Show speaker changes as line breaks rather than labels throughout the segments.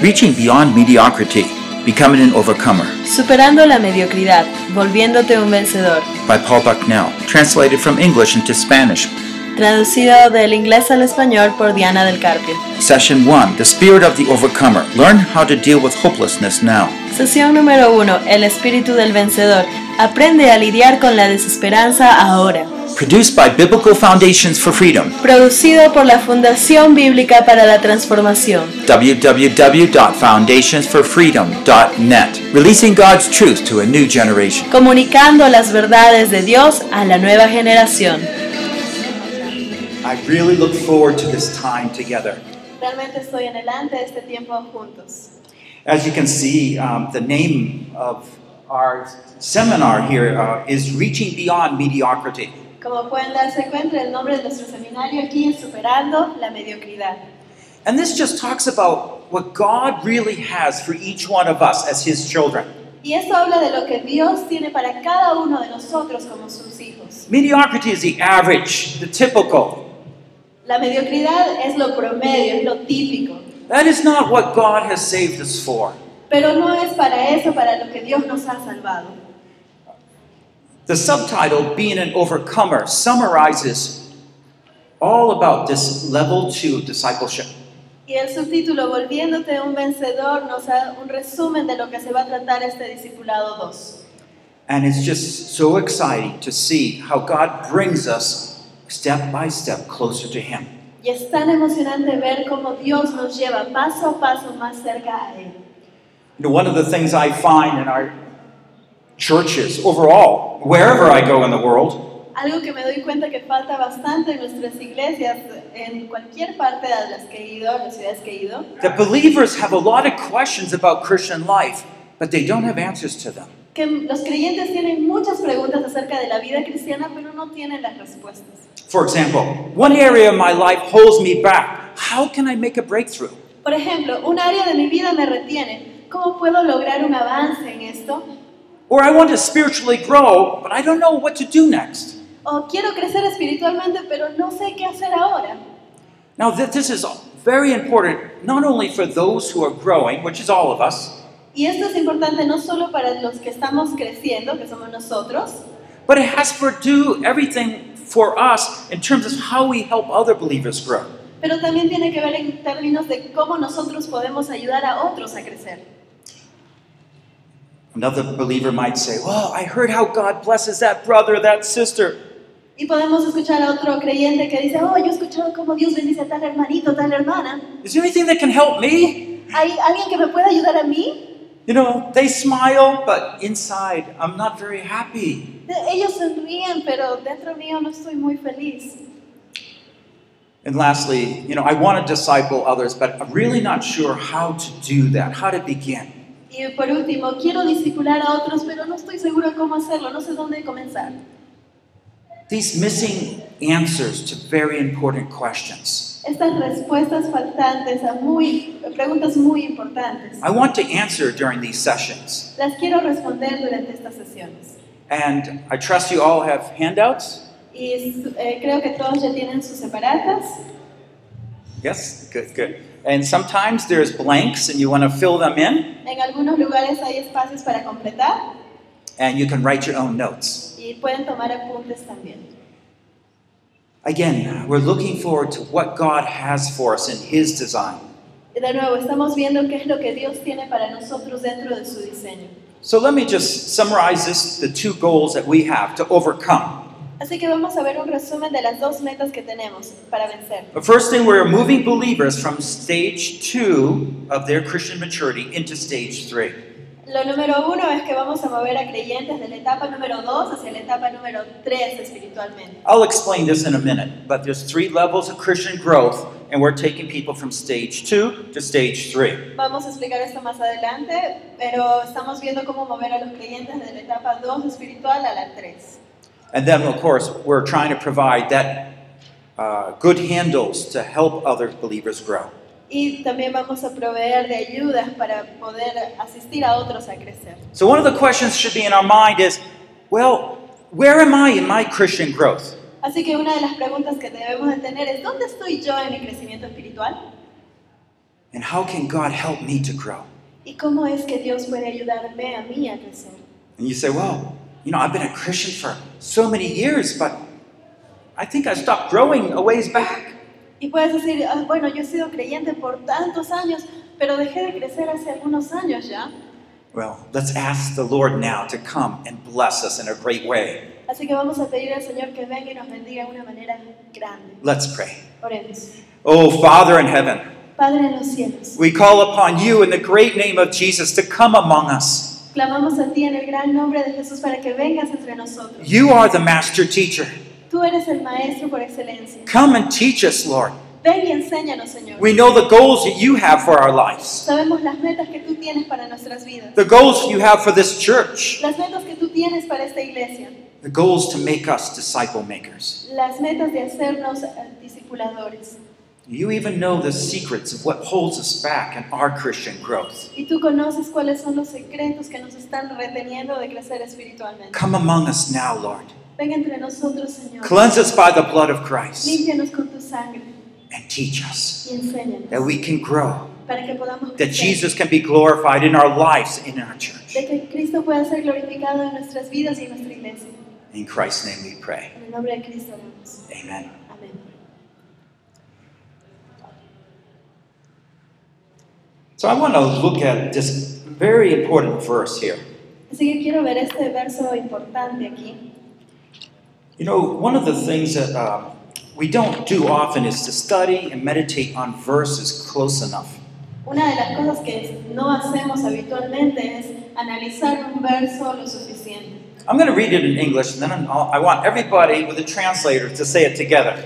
Reaching beyond mediocrity, becoming an overcomer
Superando la mediocridad, volviéndote un vencedor.
by Paul Bucknell, translated from English into Spanish.
Traducido del inglés al español por Diana del Carpio.
Session 1 The Spirit of the Overcomer. Learn how to deal with hopelessness now.
Sesión número 1. El espíritu del vencedor. Aprende a lidiar con la desesperanza ahora.
Produced by Biblical Foundations for Freedom,
Producido por la Fundación Bíblica para la Transformación.
www.foundationsforfreedom.net. Releasing God's truth to a new generation.
Comunicando las verdades de Dios a la nueva generación.
I really look forward to this time together.
Realmente estoy en adelante de este tiempo juntos.
As you can see, um, the name of our seminar here uh, is Reaching Beyond Mediocrity.
Como pueden darse cuenta, el nombre de nuestro seminario aquí es Superando la Mediocridad.
And this just talks about what God really has for each one of us as His children.
Y esto habla de lo que Dios tiene para cada uno de nosotros como sus hijos.
Mediocrity is the average, the typical.
La mediocridad es lo promedio, es lo típico,
That is not what God has saved us for.
pero no es para eso para lo que Dios nos ha salvado.
The subtitle, Being an Overcomer, summarizes all about this level two discipleship.
Y el subtítulo Volviéndote un vencedor nos da un resumen de lo que se va a tratar este discipulado 2.
And it's just so exciting to see how God brings us step by step closer to Him.
Y es tan emocionante ver cómo Dios nos lleva paso a paso más cerca a Él.
You know, one of the things I find in our churches overall, wherever I go in the world,
Algo que me doy cuenta que falta bastante en nuestras iglesias, en cualquier parte de las que he ido, en las ciudades que he ido,
that believers have a lot of questions about Christian life, but they don't have answers to them.
que los creyentes tienen muchas preguntas acerca de la vida cristiana, pero no tienen las respuestas.
For example, one area of my life holds me back. How can I make a breakthrough?
Por ejemplo, un área de mi vida me retiene. ¿Cómo puedo lograr un avance en esto?
Or I want to spiritually grow, but I don't know what to do next.
O quiero crecer espiritualmente, pero no sé qué hacer ahora.
Now, th- this is very important, not only for those who are growing, which is all of us,
Y esto es importante no solo para los que estamos creciendo, que somos nosotros,
but it has to do everything for us in terms of how we help other believers grow.
pero también tiene que ver en términos de cómo nosotros podemos ayudar a otros a crecer.
Another believer might say, Well, I heard how God blesses that brother, that sister.
Y podemos escuchar a otro creyente que dice, oh, yo he escuchado cómo Dios bendice a tal hermanito, tal hermana.
Is there anything that can help me?
¿Hay alguien que me pueda ayudar a mí?
You know, they smile, but inside, I'm not very happy.
De- Ellos sonríen, pero dentro mío no estoy muy feliz.
And lastly, you know, I want to disciple others, but I'm really not sure how to do that, how to begin.
Y por último, quiero discipular a otros, pero no estoy seguro de cómo hacerlo, no sé dónde comenzar.
These missing answers to very important questions.
Estas respuestas faltantes a muy, preguntas muy importantes,
I want to answer during these sessions.
las quiero responder durante estas sesiones.
And I trust you all have handouts?
Y eh, creo que todos ya tienen sus separatas.
Yes? Good, good. And sometimes there's blanks and you want to fill them in
En algunos lugares hay espacios para completar
and you can write your own notes.
y pueden tomar apuntes también.
Again, we're looking forward to what God has for us in His design.
De nuevo, estamos viendo qué es lo que Dios tiene para nosotros dentro de su diseño.
So let me just summarize this the two goals that we have to overcome.
Así que vamos a ver un resumen de las dos metas que tenemos para vencer.
But first thing, we're moving believers from stage two of their Christian maturity into stage three.
Lo número uno es que vamos a mover a creyentes de la etapa número dos hacia la etapa número tres espiritualmente.
I'll explain this in a minute, but there's three levels of Christian growth, and we're taking people from stage two to stage three.
Vamos a explicar esto más adelante, pero estamos viendo cómo mover a los creyentes de la etapa dos espiritual a la tres.
And then, of course, we're trying to provide that uh, good handles to help other believers grow.
Y también vamos a proveer de ayudas para poder asistir a otros a crecer.
So one of the questions should be in our mind is, well, where am I in my Christian growth?
Así que una de las preguntas que debemos de tener es, ¿dónde estoy yo en mi crecimiento espiritual?
And how can God help me to grow?
¿Y cómo es que Dios puede ayudarme a mí a crecer?
And you say, well, you know, I've been a Christian for so many years, but I think I stopped growing a ways back.
Y puedes decir, "Ah, bueno, yo he sido creyente por tantos años, pero dejé de crecer hace algunos años ya.
Well, let's ask the Lord now to come and bless us in a great way.
Así que vamos a pedir al Señor que venga y nos bendiga de una manera grande.
Let's pray.
Oremos.
Oh, Father in heaven,
Padre en los cielos,
we call upon you in the great name of Jesus to come among us.
clamamos a ti en el gran nombre de Jesús para que vengas entre nosotros.
You are the master teacher.
Tú eres el maestro por excelencia.
Come and teach us, Lord.
Ven y enséñanos, Señor.
We know the goals that you have for our lives,
Sabemos las metas que tú tienes para nuestras vidas,
the goals you have for this church,
las metas que tú tienes para esta iglesia,
the goals to make us disciple makers.
las metas de hacernos eh, discipuladores.
You even know the secrets of what holds us back in our Christian growth.
Y tú conoces cuáles son los secretos que nos están reteniendo de crecer espiritualmente.
Come among us now, Lord.
Ven entre nosotros, Señor.
Cleanse us by the blood of Christ
Límpianos con tu sangre
and teach us
y enséñanos
that we can grow,
para que podamos
that
crecer,
Jesus can be glorified in our lives and in our church.
de que Cristo pueda ser glorificado en nuestras vidas y en nuestra iglesia.
In Christ's name we pray.
En el nombre de Cristo oramos.
Amen.
Amén.
So I want to look at this very important verse here.
Así que quiero ver este verso importante aquí.
You know, one of the things that um, we don't do often is to study and meditate on verses close enough.
Una de las cosas que no hacemos habitualmente es analizar un verso lo suficiente.
I'm going to read it in English, and then I'll, I want everybody with a translator to say it together.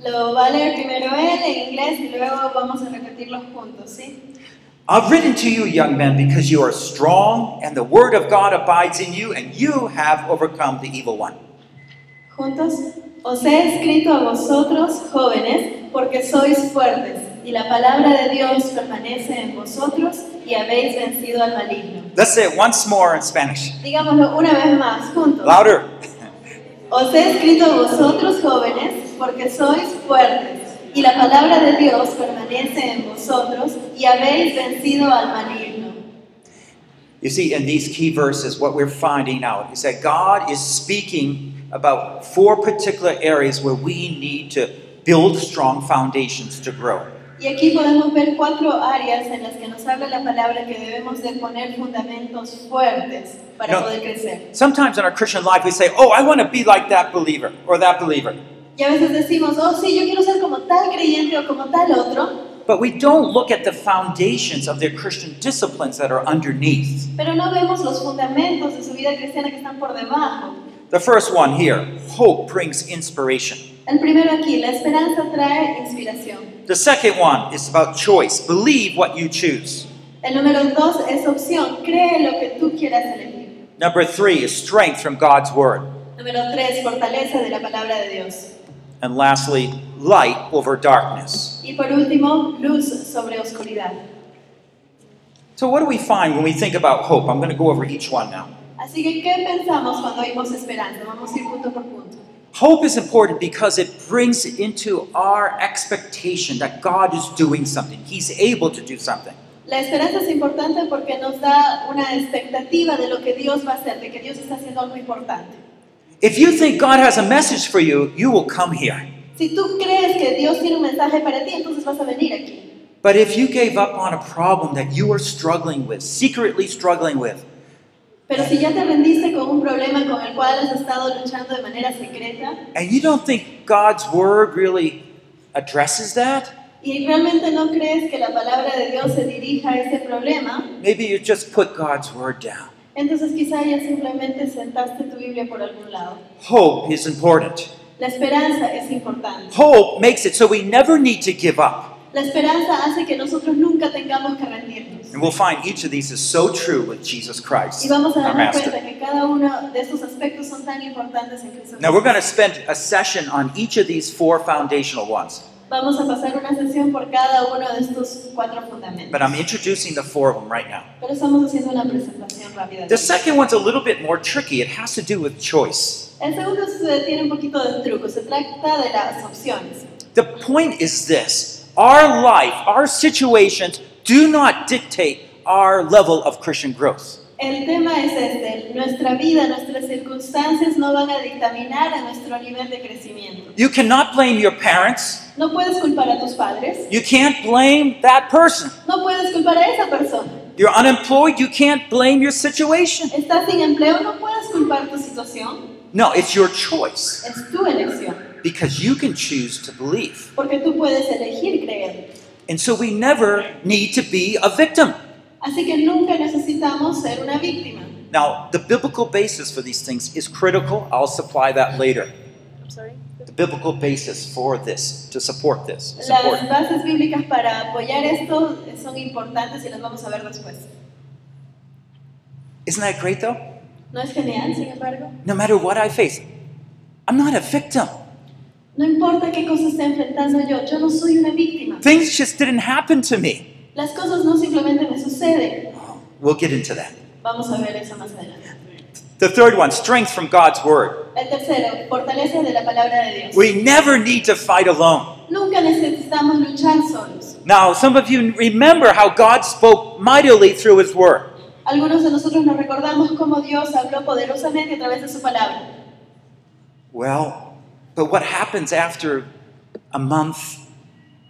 Lo va a leer primero él en inglés y luego vamos a repetirlos juntos, ¿sí?
I've written to you, young men, because you are strong, and the word of God abides in you, and you have overcome the evil one.
Juntos. Os he escrito a vosotros, jóvenes, porque sois fuertes, y la palabra de Dios permanece en vosotros y habéis vencido al maligno.
Let's say it once more in Spanish.
Digámoslo una vez más, juntos.
Louder.
Os he escrito a vosotros jóvenes porque sois fuertes y la palabra de Dios permanece en vosotros y habéis vencido al maligno.
You see, in these key verses, what we're finding out is that God is speaking about four particular areas where we need to build strong foundations to grow.
Y aquí podemos ver cuatro áreas en las que nos habla la palabra que debemos de poner fundamentos fuertes para
No.
poder crecer.
Sometimes in our Christian life, we say, Oh, I want to be like that believer or that believer.
Y a veces decimos, oh sí, yo quiero ser como tal creyente o como tal otro,
But we don't look at the foundations of their Christian disciplines that are underneath.
pero no vemos los fundamentos de su vida cristiana que están por debajo.
The first one here hope brings inspiration.
El primero aquí, la esperanza trae inspiración.
The second one is about choice. Believe what you choose.
El número dos es opción. Cree lo que tú quieras elegir.
Number three is strength from God's word.
Número tres, fortaleza de la palabra de Dios.
And lastly, light over darkness.
Y por último, luz sobre oscuridad.
So, what do we find when we think about hope? I'm going to go over each one now.
Así que, ¿qué pensamos cuando oímos esperanza? Vamos a ir punto por punto.
Hope is important because it brings into our expectation that God is doing something, He's able to do something.
La esperanza es importante porque nos da una expectativa de lo que Dios va a hacer, de que Dios está haciendo algo importante.
If you think God has a message for you, you will come here.
Si tú crees que Dios tiene un mensaje para ti, entonces vas a venir aquí.
But if you gave up on a problem that you are struggling with, secretly struggling with,
Pero si ya te rendiste con un problema con el cual has estado luchando de manera secreta,
And you don't think God's word really addresses that?
y realmente no crees que la palabra de Dios se dirija a ese problema,
Maybe you just put God's word down.
entonces quizá ya simplemente sentaste tu Biblia por algún lado.
Hope is important.
La esperanza es importante.
Hope makes it so we never need to give up.
La esperanza hace que nosotros nunca tengamos que rendirnos.
And we'll find each of these is so true with Jesus
Y
Christ,
vamos a
our
darnos cuenta
Master.
que cada uno de estos aspectos son tan importantes en Cristo.
Now we're going to
Jesús.
spend a session on each of these four foundational ones,
Vamos a pasar una sesión por cada uno de estos cuatro fundamentos.
but I'm introducing the four of them right now.
Pero estamos haciendo una presentación rápida.
The second one's a little bit more tricky. It has to do with choice.
El segundo se- tiene un poquito de truco. Se trata de las opciones.
The point is this our life, our situations do not dictate our level of Christian growth.
El tema es este, nuestra vida, nuestras circunstancias no van a dictaminar a nuestro nivel de crecimiento.
You cannot blame your parents.
No puedes culpar a tus padres,
You can't blame that person.
no puedes culpar a esa persona.
You're unemployed. You can't blame your situation.
Estás sin empleo, no puedes culpar tu situación,
No, it's your choice
es tu elección,
because you can choose to believe.
porque tú puedes elegir creer.
And so we never need to be a victim.
Así que nunca necesitamos ser una víctima.
Now, the biblical basis for these things is critical. I'll supply that later. The biblical basis for this, to support this, is
Las
important.
bases bíblicas para apoyar esto son importantes y las vamos a ver después.
Isn't that great though?
¿No es genial, sin embargo?
No matter what I face, I'm not a victim.
No importa qué cosa esté enfrentando yo, yo no soy una víctima.
Things just didn't happen to me.
Las cosas no simplemente me suceden.
We'll get into that.
Vamos a ver eso más adelante.
The third one, strength from God's word.
El tercero, fortaleza de la palabra de Dios.
We never need to fight alone.
Nunca necesitamos luchar solos.
Now, some of you remember how God spoke mightily through his word.
Algunos de nosotros nos recordamos cómo Dios habló poderosamente a través de su palabra.
Well, but what happens after a month,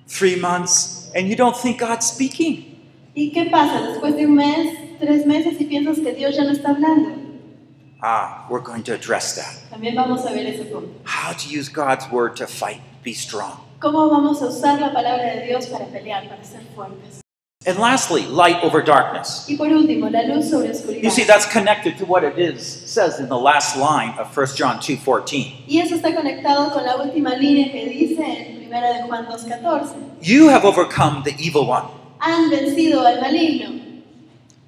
three months, and you don't think God's speaking?
¿Y qué pasa después de un mes, tres meses y piensas que Dios ya no está hablando?
Ah, we're going to address that.
También vamos a ver ese punto.
How to use God's word to fight, be strong.
¿Cómo vamos a usar la palabra de Dios para pelear, para ser fuertes?
And lastly, light over darkness.
Y por último, la luz sobre oscuridad.
You see, that's connected to what it is says in the last line of 1 John 2:14.
Y eso está conectado con la última línea que dice en 1 de Juan 2.14.
You have overcome the evil one.
Han vencido al maligno.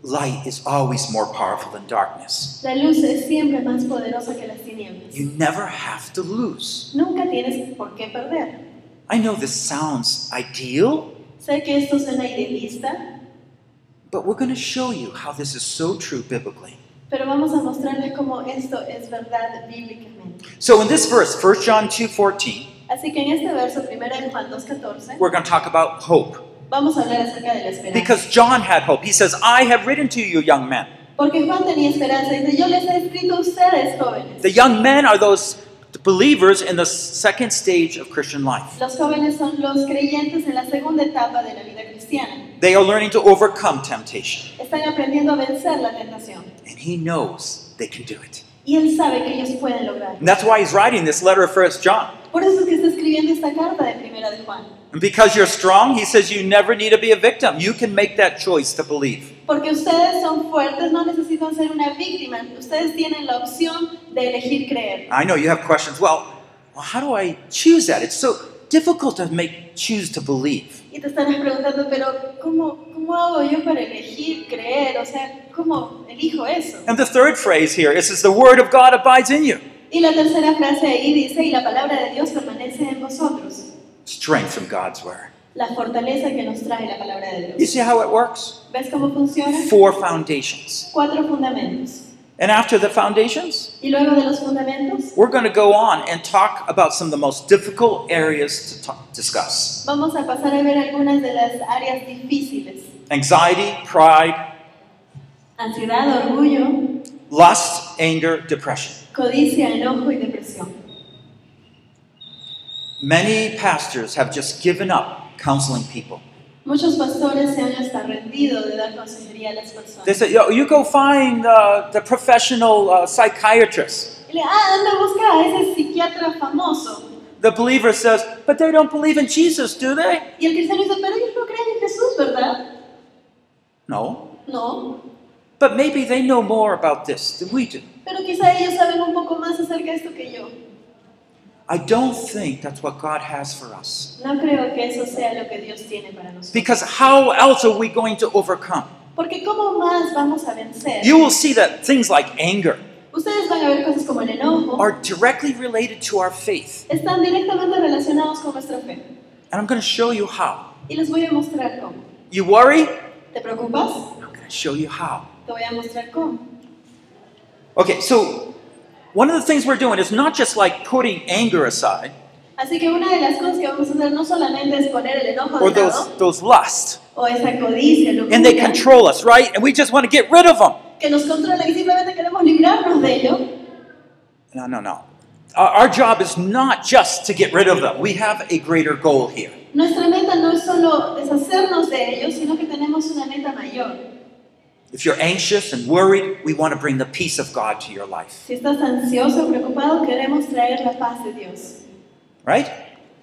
Light is always more powerful than darkness.
La luz es siempre más poderosa que las tinieblas.
You never have to lose.
Nunca tienes por qué perder.
I know this sounds ideal,
Sé que esto suena idealista,
but we're going to show you how this is so true biblically.
pero vamos a mostrarles cómo esto es verdad bíblicamente.
So in this verse, 1 John 2:14,
Así que en este verso, 1 de Juan 2.14,
we're going to talk about hope
vamos a hablar acerca de la esperanza.
because John had hope. He says, "I have written to you, young men."
Porque Juan tenía esperanza. Dice, yo les he escrito a ustedes, jóvenes.
The young men are those believers in the second stage of Christian life.
Los jóvenes son los creyentes en la segunda etapa de la vida cristiana.
They are learning to overcome temptation,
Están aprendiendo a vencer la tentación.
and he knows they can do it.
Y él sabe que ellos pueden lograrlo.
And that's why he's writing this letter of 1 John.
Por eso es que está escribiendo esta carta de Primera de Juan.
And because you're strong, he says you never need to be a victim. You can make that choice to believe.
Porque ustedes son fuertes, no necesitan ser una víctima. Ustedes tienen la opción de elegir creer.
I know you have questions. Well, well how do I choose that? It's so difficult to make choose to believe.
Y te estarás preguntando, pero ¿cómo, cómo hago yo para elegir creer? O sea, ¿cómo elijo eso?
And the third phrase here is, is the word of God abides in you.
Y la tercera frase ahí dice, y la palabra de Dios permanece en vosotros.
Strength from God's word.
La fortaleza que nos trae la palabra de
You
Dios.
see how it works?
¿Ves cómo funciona?
Four foundations.
Cuatro fundamentos.
And after the foundations,
Y luego de los fundamentos,
we're going to go on and talk about some of the most difficult areas to talk, discuss.
vamos a pasar a ver algunas de las áreas difíciles.
Anxiety, pride,
Ansiedad, orgullo,
lust, anger, depression.
codicia, enojo y depresión.
Many pastors have just given up counseling people.
Muchos pastores se han hasta rendido de dar consejería a las
They
personas.
say, Yo, you go find uh, the professional uh, psychiatrist.
Y le, ah, anda a buscar a ese psiquiatra famoso.
The believer says, but they don't believe in Jesus, do they?
Y el cristiano dice, pero ellos no creen en Jesús, ¿verdad?
No.
No,
But maybe they know more about this than we do.
pero quizá ellos saben un poco más acerca de esto que yo.
I don't think that's what God has for us.
No creo que eso sea lo que Dios tiene para nosotros.
Because how else are we going to overcome?
Porque ¿cómo más vamos a vencer?
You will see that things like anger
Ustedes van a ver cosas como el enojo.
are directly related to our faith.
están directamente relacionados con nuestra fe.
And I'm going to show you how.
Y les voy a mostrar cómo.
You worry?
¿Te preocupas?
I'm going to show you how.
Te voy a mostrar cómo.
Okay, so one of the things we're doing is not just like putting anger aside,
Así que una de las cosas que vamos a hacer no solamente es poner el enojo
or
de
those,
lado
those lusts.
o esa codicia,
And they
lujuria,
control us, right? And we just want to get rid of them.
que nos controla y simplemente queremos librarnos de ello.
No, no, no. Our, our job is not just to get rid of them, we have a greater goal here.
Nuestra meta no es solo deshacernos de ellos, sino que tenemos una meta mayor.
If you're anxious and worried, we want to bring the peace of God to your life,
Si estás ansioso o preocupado, queremos traer la paz de Dios,
right?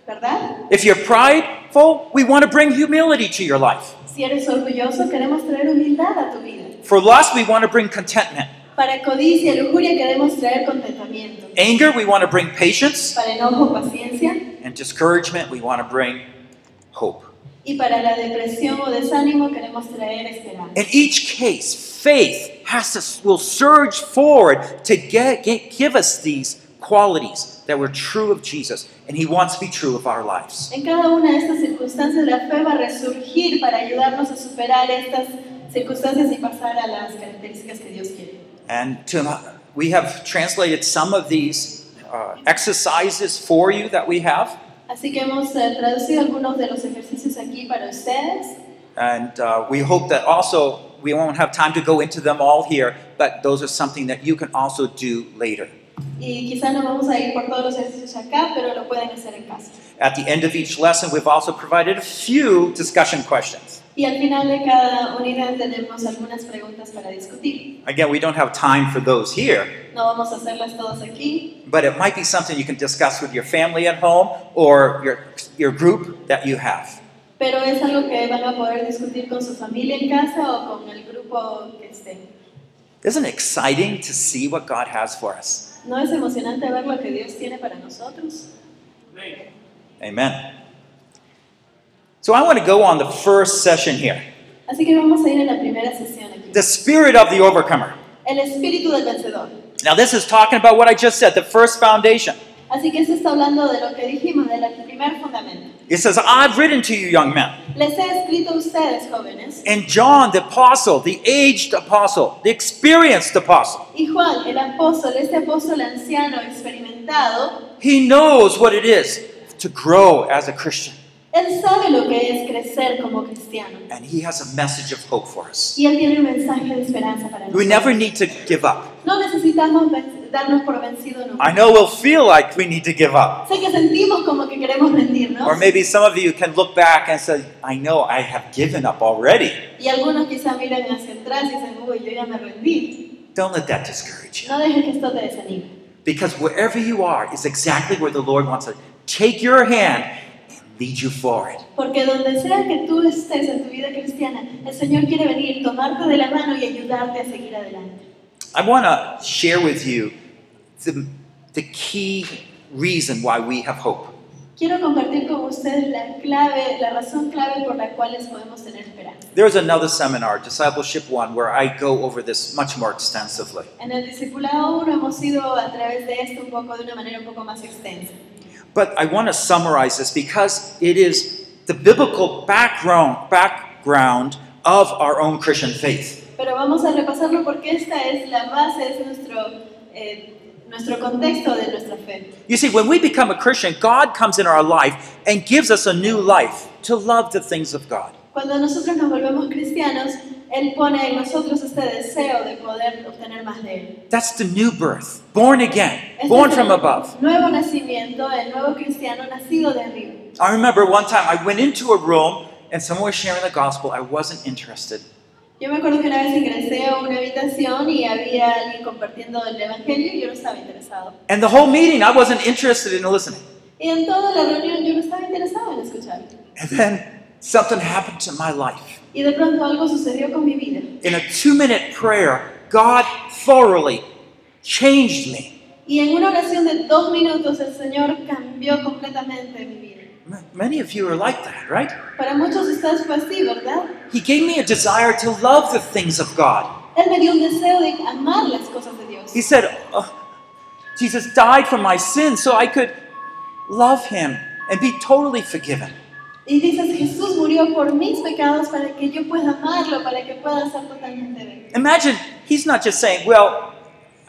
¿verdad?
If you're prideful, we want to bring humility to your life.
Si eres orgulloso, queremos traer humildad a tu vida.
For lust, we want to bring contentment.
Para codicia y lujuria queremos traer contentamiento.
Anger, we want to bring patience.
Para enojo, paciencia.
And discouragement, we want to bring hope.
Y para la depresión o desánimo queremos traer esperanza.
In each case, faith has to, will surge forward to get, get, give us these qualities that were true of Jesus, and He wants to be true of our lives.
En cada una de estas circunstancias la fe va a resurgir para ayudarnos a superar estas circunstancias y pasar a las características que Dios quiere.
And to, we have translated some of these uh, exercises for you that we have,
Así que hemos eh, traducido algunos de los ejercicios aquí para ustedes
and uh, we hope that also we won't have time to go into them all here, but those are something that you can also do later.
y quizá no vamos a ir por todos los ejercicios acá, pero lo pueden hacer en casa.
At the end of each lesson, we've also provided a few discussion questions.
Y al final de cada unidad tenemos algunas preguntas para discutir.
Again, we don't have time for those here,
No vamos a hacerlas todas aquí,
but it might be something you can discuss with your family at home or your, your group that you have.
pero es algo que van a poder discutir con su familia en casa o con el grupo que estén.
Isn't it exciting to see what God has for us?
¿No es emocionante ver lo que Dios tiene para nosotros?
Amen. So I want to go on the first session here
Así que vamos a ir a la primera sesión aquí.
the spirit of the overcomer.
El espíritu del vencedor.
Now, this is talking about what I just said the first foundation.
Así que esto está hablando de lo que dijimos, del primer fundamento.
It says, I've written to you, young men.
Les he escrito a ustedes, jóvenes,
And John, the apostle, the aged apostle, the experienced apostle,
y Juan, el apóstol, este apóstol anciano experimentado,
he knows what it is to grow as a Christian.
él sabe lo que es crecer como cristiano.
and he has a message of hope for us.
Y él tiene un mensaje de esperanza para
We never
nosotros.
need to give up.
No necesitamos ven- darnos por vencido nunca.
I know we'll feel like we need to give up.
Sé que sentimos como que queremos rendirnos.
Or maybe some of you can look back and say, I know I have given up already.
Y algunos quizá miran hacia atrás y dicen, uy, yo ya me rendí.
Don't let that discourage you.
No dejes que esto te desanime.
Because wherever you are is exactly where the Lord wants to take your hand and lead you forward.
Porque donde sea que tú estés en tu vida cristiana, el Señor quiere venir, tomarte de la mano y ayudarte a seguir adelante.
I want to share with you the, the key reason why we have hope.
Quiero compartir con ustedes la clave, la razón clave por la cual les podemos tener esperanza.
There's another seminar, Discipleship One, where I go over this much more extensively.
En el discipulado 1 hemos ido a través de esto un poco, de una manera un poco más extensa.
But I want to summarize this because it is the biblical background background of our own Christian faith.
Pero vamos a repasarlo porque esta es la base, es nuestro, eh, nuestro contexto de nuestra fe.
You see, when we become a Christian, God comes in our life and gives us a new life to love the things of God.
Cuando nosotros nos volvemos cristianos, Él pone en nosotros este deseo de poder obtener más de Él.
That's the new birth, born again,
Este
born
es
from
el
above.
Nuevo nacimiento, el nuevo cristiano nacido de arriba.
I remember one time I went into a room and someone was sharing the gospel. I wasn't interested.
Yo me acuerdo que una vez ingresé a una habitación y había alguien compartiendo el Evangelio y yo no estaba interesado.
And the whole meeting, I wasn't interested in listening.
Y en toda la reunión yo no estaba interesado en escuchar.
And then something happened to my life.
Y de pronto algo sucedió con mi vida.
In a two minute prayer, God thoroughly changed me.
Y en una oración de dos minutos el Señor cambió completamente mi vida.
M- Many of you are like that, right?
Para muchos de ustedes fue así, ¿verdad?
He gave me a desire to love the things of God.
Él me dio un deseo de amar las cosas de Dios.
He said, "Oh, Jesus died for my sins so I could love him and be totally forgiven.
Y dices, Jesús murió por mis pecados para que yo pueda amarlo, para que pueda ser totalmente de él.
Imagine, he's not just saying, well,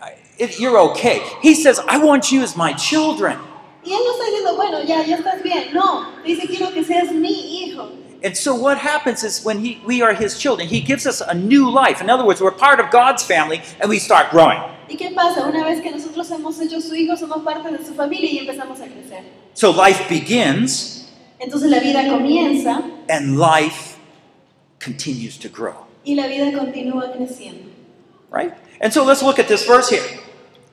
I- it, you're okay. He says, I want you as my children.
Y él no está diciendo, bueno, ya, ya estás bien. No, te dice, quiero que seas mi hijo.
And so what happens is when he, we are his children, he gives us a new life. In other words, we're part of God's family and we start growing.
¿Y qué pasa? Una vez que nosotros hemos hecho su hijo, somos parte de su familia y empezamos a crecer.
So life begins
Entonces la vida comienza
and life continues to grow,
y la vida continúa creciendo.
right? And so let's look at this verse here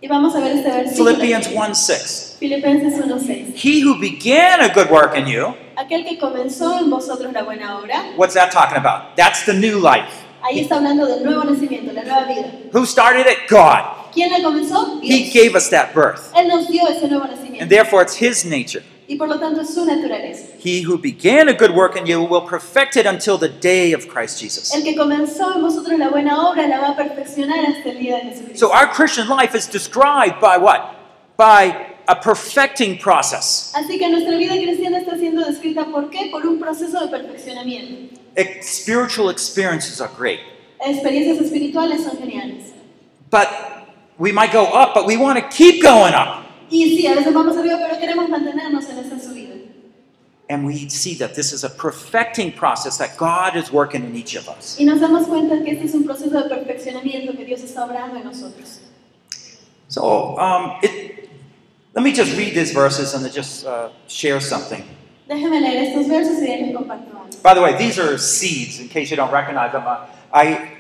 Y vamos a ver este versículo.
Philippians 1 6.
Filipenses 1.6.
He who began a good work in you,
Aquel que comenzó en vosotros la buena obra,
what's that talking about? That's the new life.
ahí está hablando del nuevo nacimiento, la nueva vida.
Who started it? God.
¿Quién la comenzó?
He
Dios.
gave us that birth.
Él nos dio ese nuevo
And
nacimiento.
therefore, it's His nature.
Y por lo tanto es su naturaleza.
He who began a good work in you will perfect it until the day of Christ Jesus.
El que comenzó en vosotros la buena obra la va a perfeccionar hasta el día de Jesucristo.
So our Christian life is described by what? By a perfecting process.
Así que nuestra vida cristiana está siendo descrita por qué? Por un proceso de perfeccionamiento.
Ex- spiritual experiences are great,
Experiencias espirituales son geniales.
but we might go up, but we want to keep going up.
Y sí, a veces vamos arriba, pero queremos mantenernos en esa subida.
And we see that this is a perfecting process that God is working in each of us.
Y nos damos cuenta que este es un proceso de perfeccionamiento que Dios está obrando en nosotros.
So um, it, let me just read these verses and then just uh, share something.
Déjenme leer estos versos y ya les comparto algo.
By the way, these are seeds, in case you don't recognize them. Uh, I,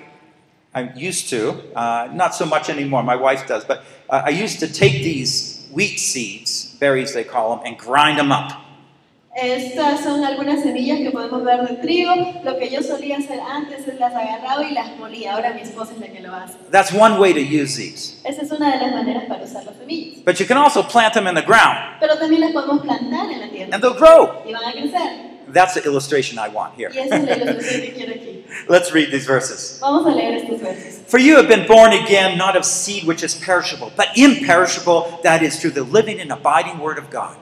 I'm used to, uh, not so much anymore, my wife does, but uh, I used to take these wheat seeds, berries they call them, and grind them up.
Estas son algunas semillas que podemos ver de trigo. Lo que yo solía hacer antes es las agarraba y las molía. Ahora mi esposa es la que lo hace.
That's one way to use these.
Esa es una de las maneras para usar las semillas.
But you can also plant them in the ground,
Pero también las podemos plantar en la tierra
and they'll grow.
y van a crecer.
That's the illustration I want here.
Y esa es la ilustración que quiero aquí.
Let's read these verses.
Vamos a leer estos versos.
For you have been born again, not of seed which is perishable, but imperishable, that is, through the living and abiding word of God.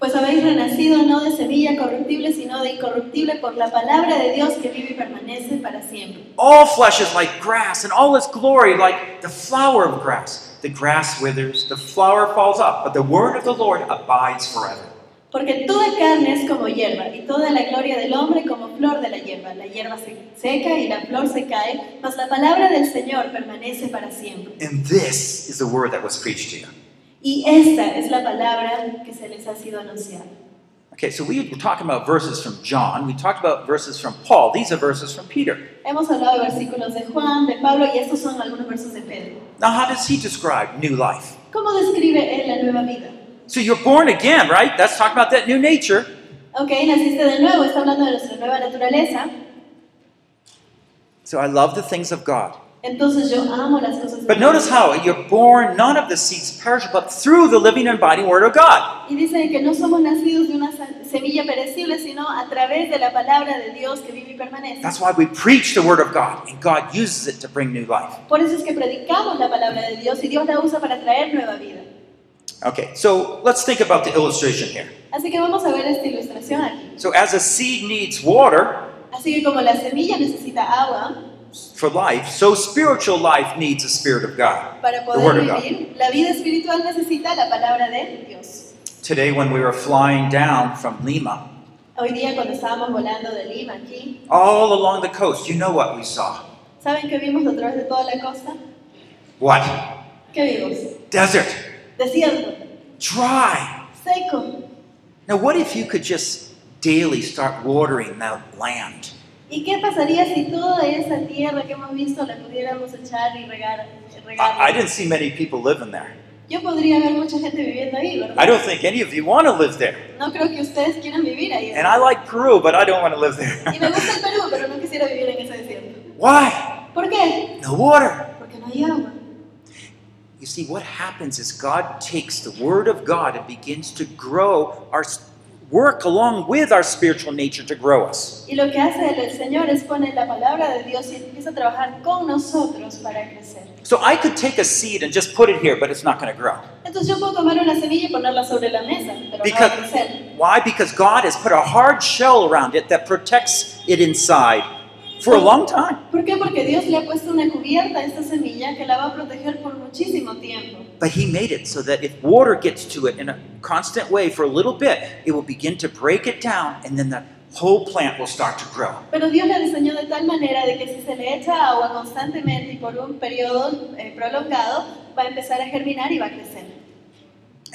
Pues habéis renacido no de semilla corruptible, sino de incorruptible por la palabra de Dios que vive y permanece para siempre.
All flesh is like grass, and all its glory like the flower of grass. The grass withers, the flower falls off, but the word of the Lord abides forever.
Porque toda carne es como hierba, y toda la gloria del hombre como flor de la hierba. La hierba se seca y la flor se cae, mas la palabra del Señor permanece para siempre.
And this is the word that was preached to you.
Y esta es la palabra que se les ha sido anunciada.
Okay, so we were talking about verses from John. We talked about verses from Paul. These are verses from Peter.
Hemos hablado de versículos de Juan, de Pablo, y estos son algunos versos de Pedro.
Now, how does he describe new life?
¿Cómo describe él la nueva vida?
So you're born again, right? That's talking about that new nature.
Ok, naciste de nuevo, está hablando de nuestra nueva naturaleza.
So I love the things of God.
Entonces yo amo las cosas de
But
Dios.
notice how you're born not of the seeds perishable, but through the living and abiding word of God.
Y dice que no somos nacidos de una sa- semilla perecible, sino a través de la palabra de Dios que vive y permanece.
That's why we preach the word of God, and God uses it to bring new life.
Por eso es que predicamos la palabra de Dios y Dios la usa para traer nueva vida.
Okay, so let's think about the illustration here.
Así que vamos a ver esta ilustración aquí.
So, as a seed needs water
Así que como la semilla necesita agua
for life, so spiritual life needs the Spirit of God.
para
The Word
poder
of God.
vivir, la vida espiritual necesita la palabra de Dios.
Today, when we were flying down from Lima,
Hoy día cuando estábamos volando de Lima aquí,
all along the coast, you know what we saw?
¿saben qué vimos a través de toda la costa?
What?
¿Qué vimos?
Desert.
Desierto,
Dry.
seco,
Now, what if you could just daily start watering that land?
¿Y qué pasaría si toda esa tierra que hemos visto la pudiéramos echar y regar? regarla?
I, I didn't see many people living there.
Yo podría ver mucha gente viviendo ahí, ¿verdad?
I don't think any of you want to live there.
No creo que ustedes quieran vivir ahí.
And I like Peru, but I don't want to live
Y me
there.
gusta el Perú, pero no quisiera vivir en ese desierto.
Why?
¿Por qué?
No water.
Porque no hay agua.
You see, what happens is God takes the Word of God and begins to grow our work along with our spiritual nature to grow us.
Y lo que hace el, el Señor es poner la palabra de Dios y empieza a trabajar con nosotros para crecer.
So I could take a seed and just put it here, but it's not going to grow.
Entonces yo puedo tomar una semilla y ponerla sobre la mesa, pero no va a
Because
crecer.
why? Because God has put a hard shell around it that protects it inside for a long time.
¿Por qué? Porque Dios le ha puesto una cubierta a esta semilla que la va a proteger por muchísimo tiempo.
But He made it so that if water gets to it in a constant way for a little bit, it will begin to break it down and then the whole plant will start to grow.
Pero Dios la diseñó de tal manera de que si se le echa agua constantemente y por un periodo eh, prolongado, va a empezar a germinar y va a crecer.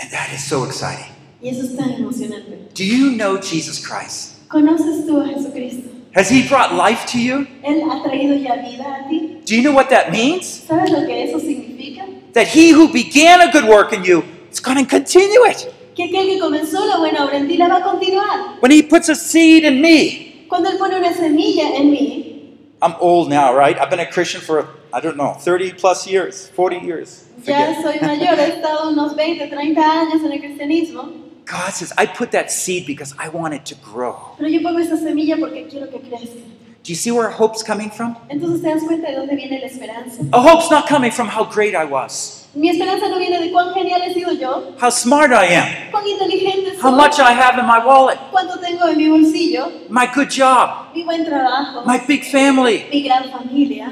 And that is so exciting.
Y eso es tan emocionante.
Do you know Jesus Christ?
¿Conoces tú a Jesucristo?
Has He brought life to you?
Él ha traído ya vida a ti.
Do you know what that means?
¿Sabes lo que eso significa?
That He who began a good work in you is going to continue it.
Que aquel que comenzó la buena obra en ti la va a continuar.
When He puts a seed in me,
Cuando Él pone una semilla en mí,
I'm old now, right? I've been a Christian for, I don't know, 30 plus years, 40 years.
ya
Forget.
soy mayor, he estado unos 20, 30 años en el cristianismo,
God says, I put that seed because I want it to grow.
pero yo pongo esa semilla porque quiero que crezca.
Do you see where hope's coming from?
Entonces te das cuenta de dónde viene la esperanza.
A hope's not coming from how great I was,
Mi esperanza no viene de cuán genial he sido yo,
how smart I am,
cuán inteligente
how
soy,
much I have in my wallet,
cuánto tengo en mi bolsillo,
my good job,
mi buen trabajo,
my big family.
mi gran familia.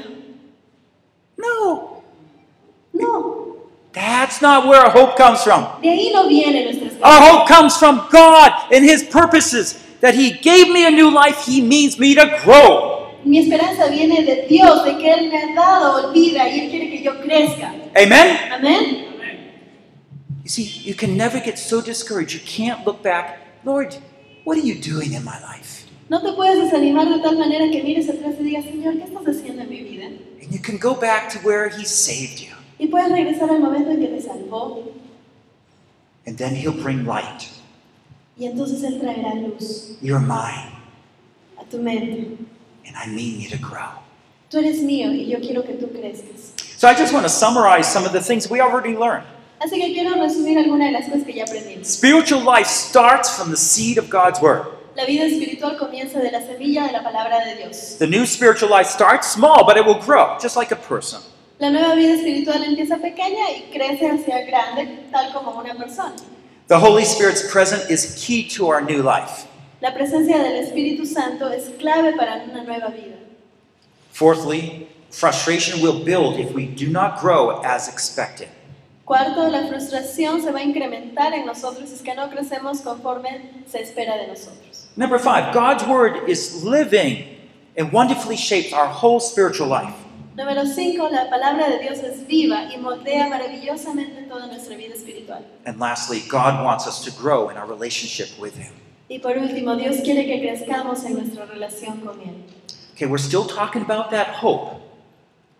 No,
No,
that's not where our hope comes from.
de ahí no viene nuestra esperanza.
Our hope comes from God and His purposes. That He gave me a new life, He means me to grow.
Mi esperanza viene de Dios, de que Él me ha dado vida y Él quiere que yo crezca.
Amen?
Amén.
You see, you can never get so discouraged. You can't look back, Lord, what are you doing in my life?
No te puedes desanimar de tal manera que mires atrás y digas, Señor, ¿qué estás haciendo en mi vida?
And you can go back to where He saved you,
Y puedes regresar al momento en que te salvó
and then He'll bring light.
y entonces Él traerá luz
You're mine,
a tu mente.
and I mean you to grow.
Tú eres mío y yo quiero que tú crezcas.
So I just want to summarize some of the things we already learned.
Así que quiero resumir algunas de las cosas que ya aprendimos.
Spiritual life starts from the seed of God's word.
La vida espiritual comienza de la semilla de la palabra de Dios.
The new spiritual life starts small, but it will grow, just like a person.
La nueva vida espiritual empieza pequeña y crece hacia grande, tal como una persona.
The Holy Spirit's presence is key to our new life.
La presencia del Espíritu Santo es clave para una nueva vida.
Fourthly, frustration will build if we do not grow as expected.
Cuarto, la frustración se va a incrementar en nosotros si es que no crecemos conforme se espera de nosotros.
Number five, God's word is living and wonderfully shapes our whole spiritual life.
Número cinco, la palabra de Dios es viva y moldea maravillosamente toda nuestra vida espiritual.
And lastly, God wants us to grow in our relationship with Him.
Y por último, Dios quiere que crezcamos en nuestra relación con Él.
Okay, we're still talking about that hope.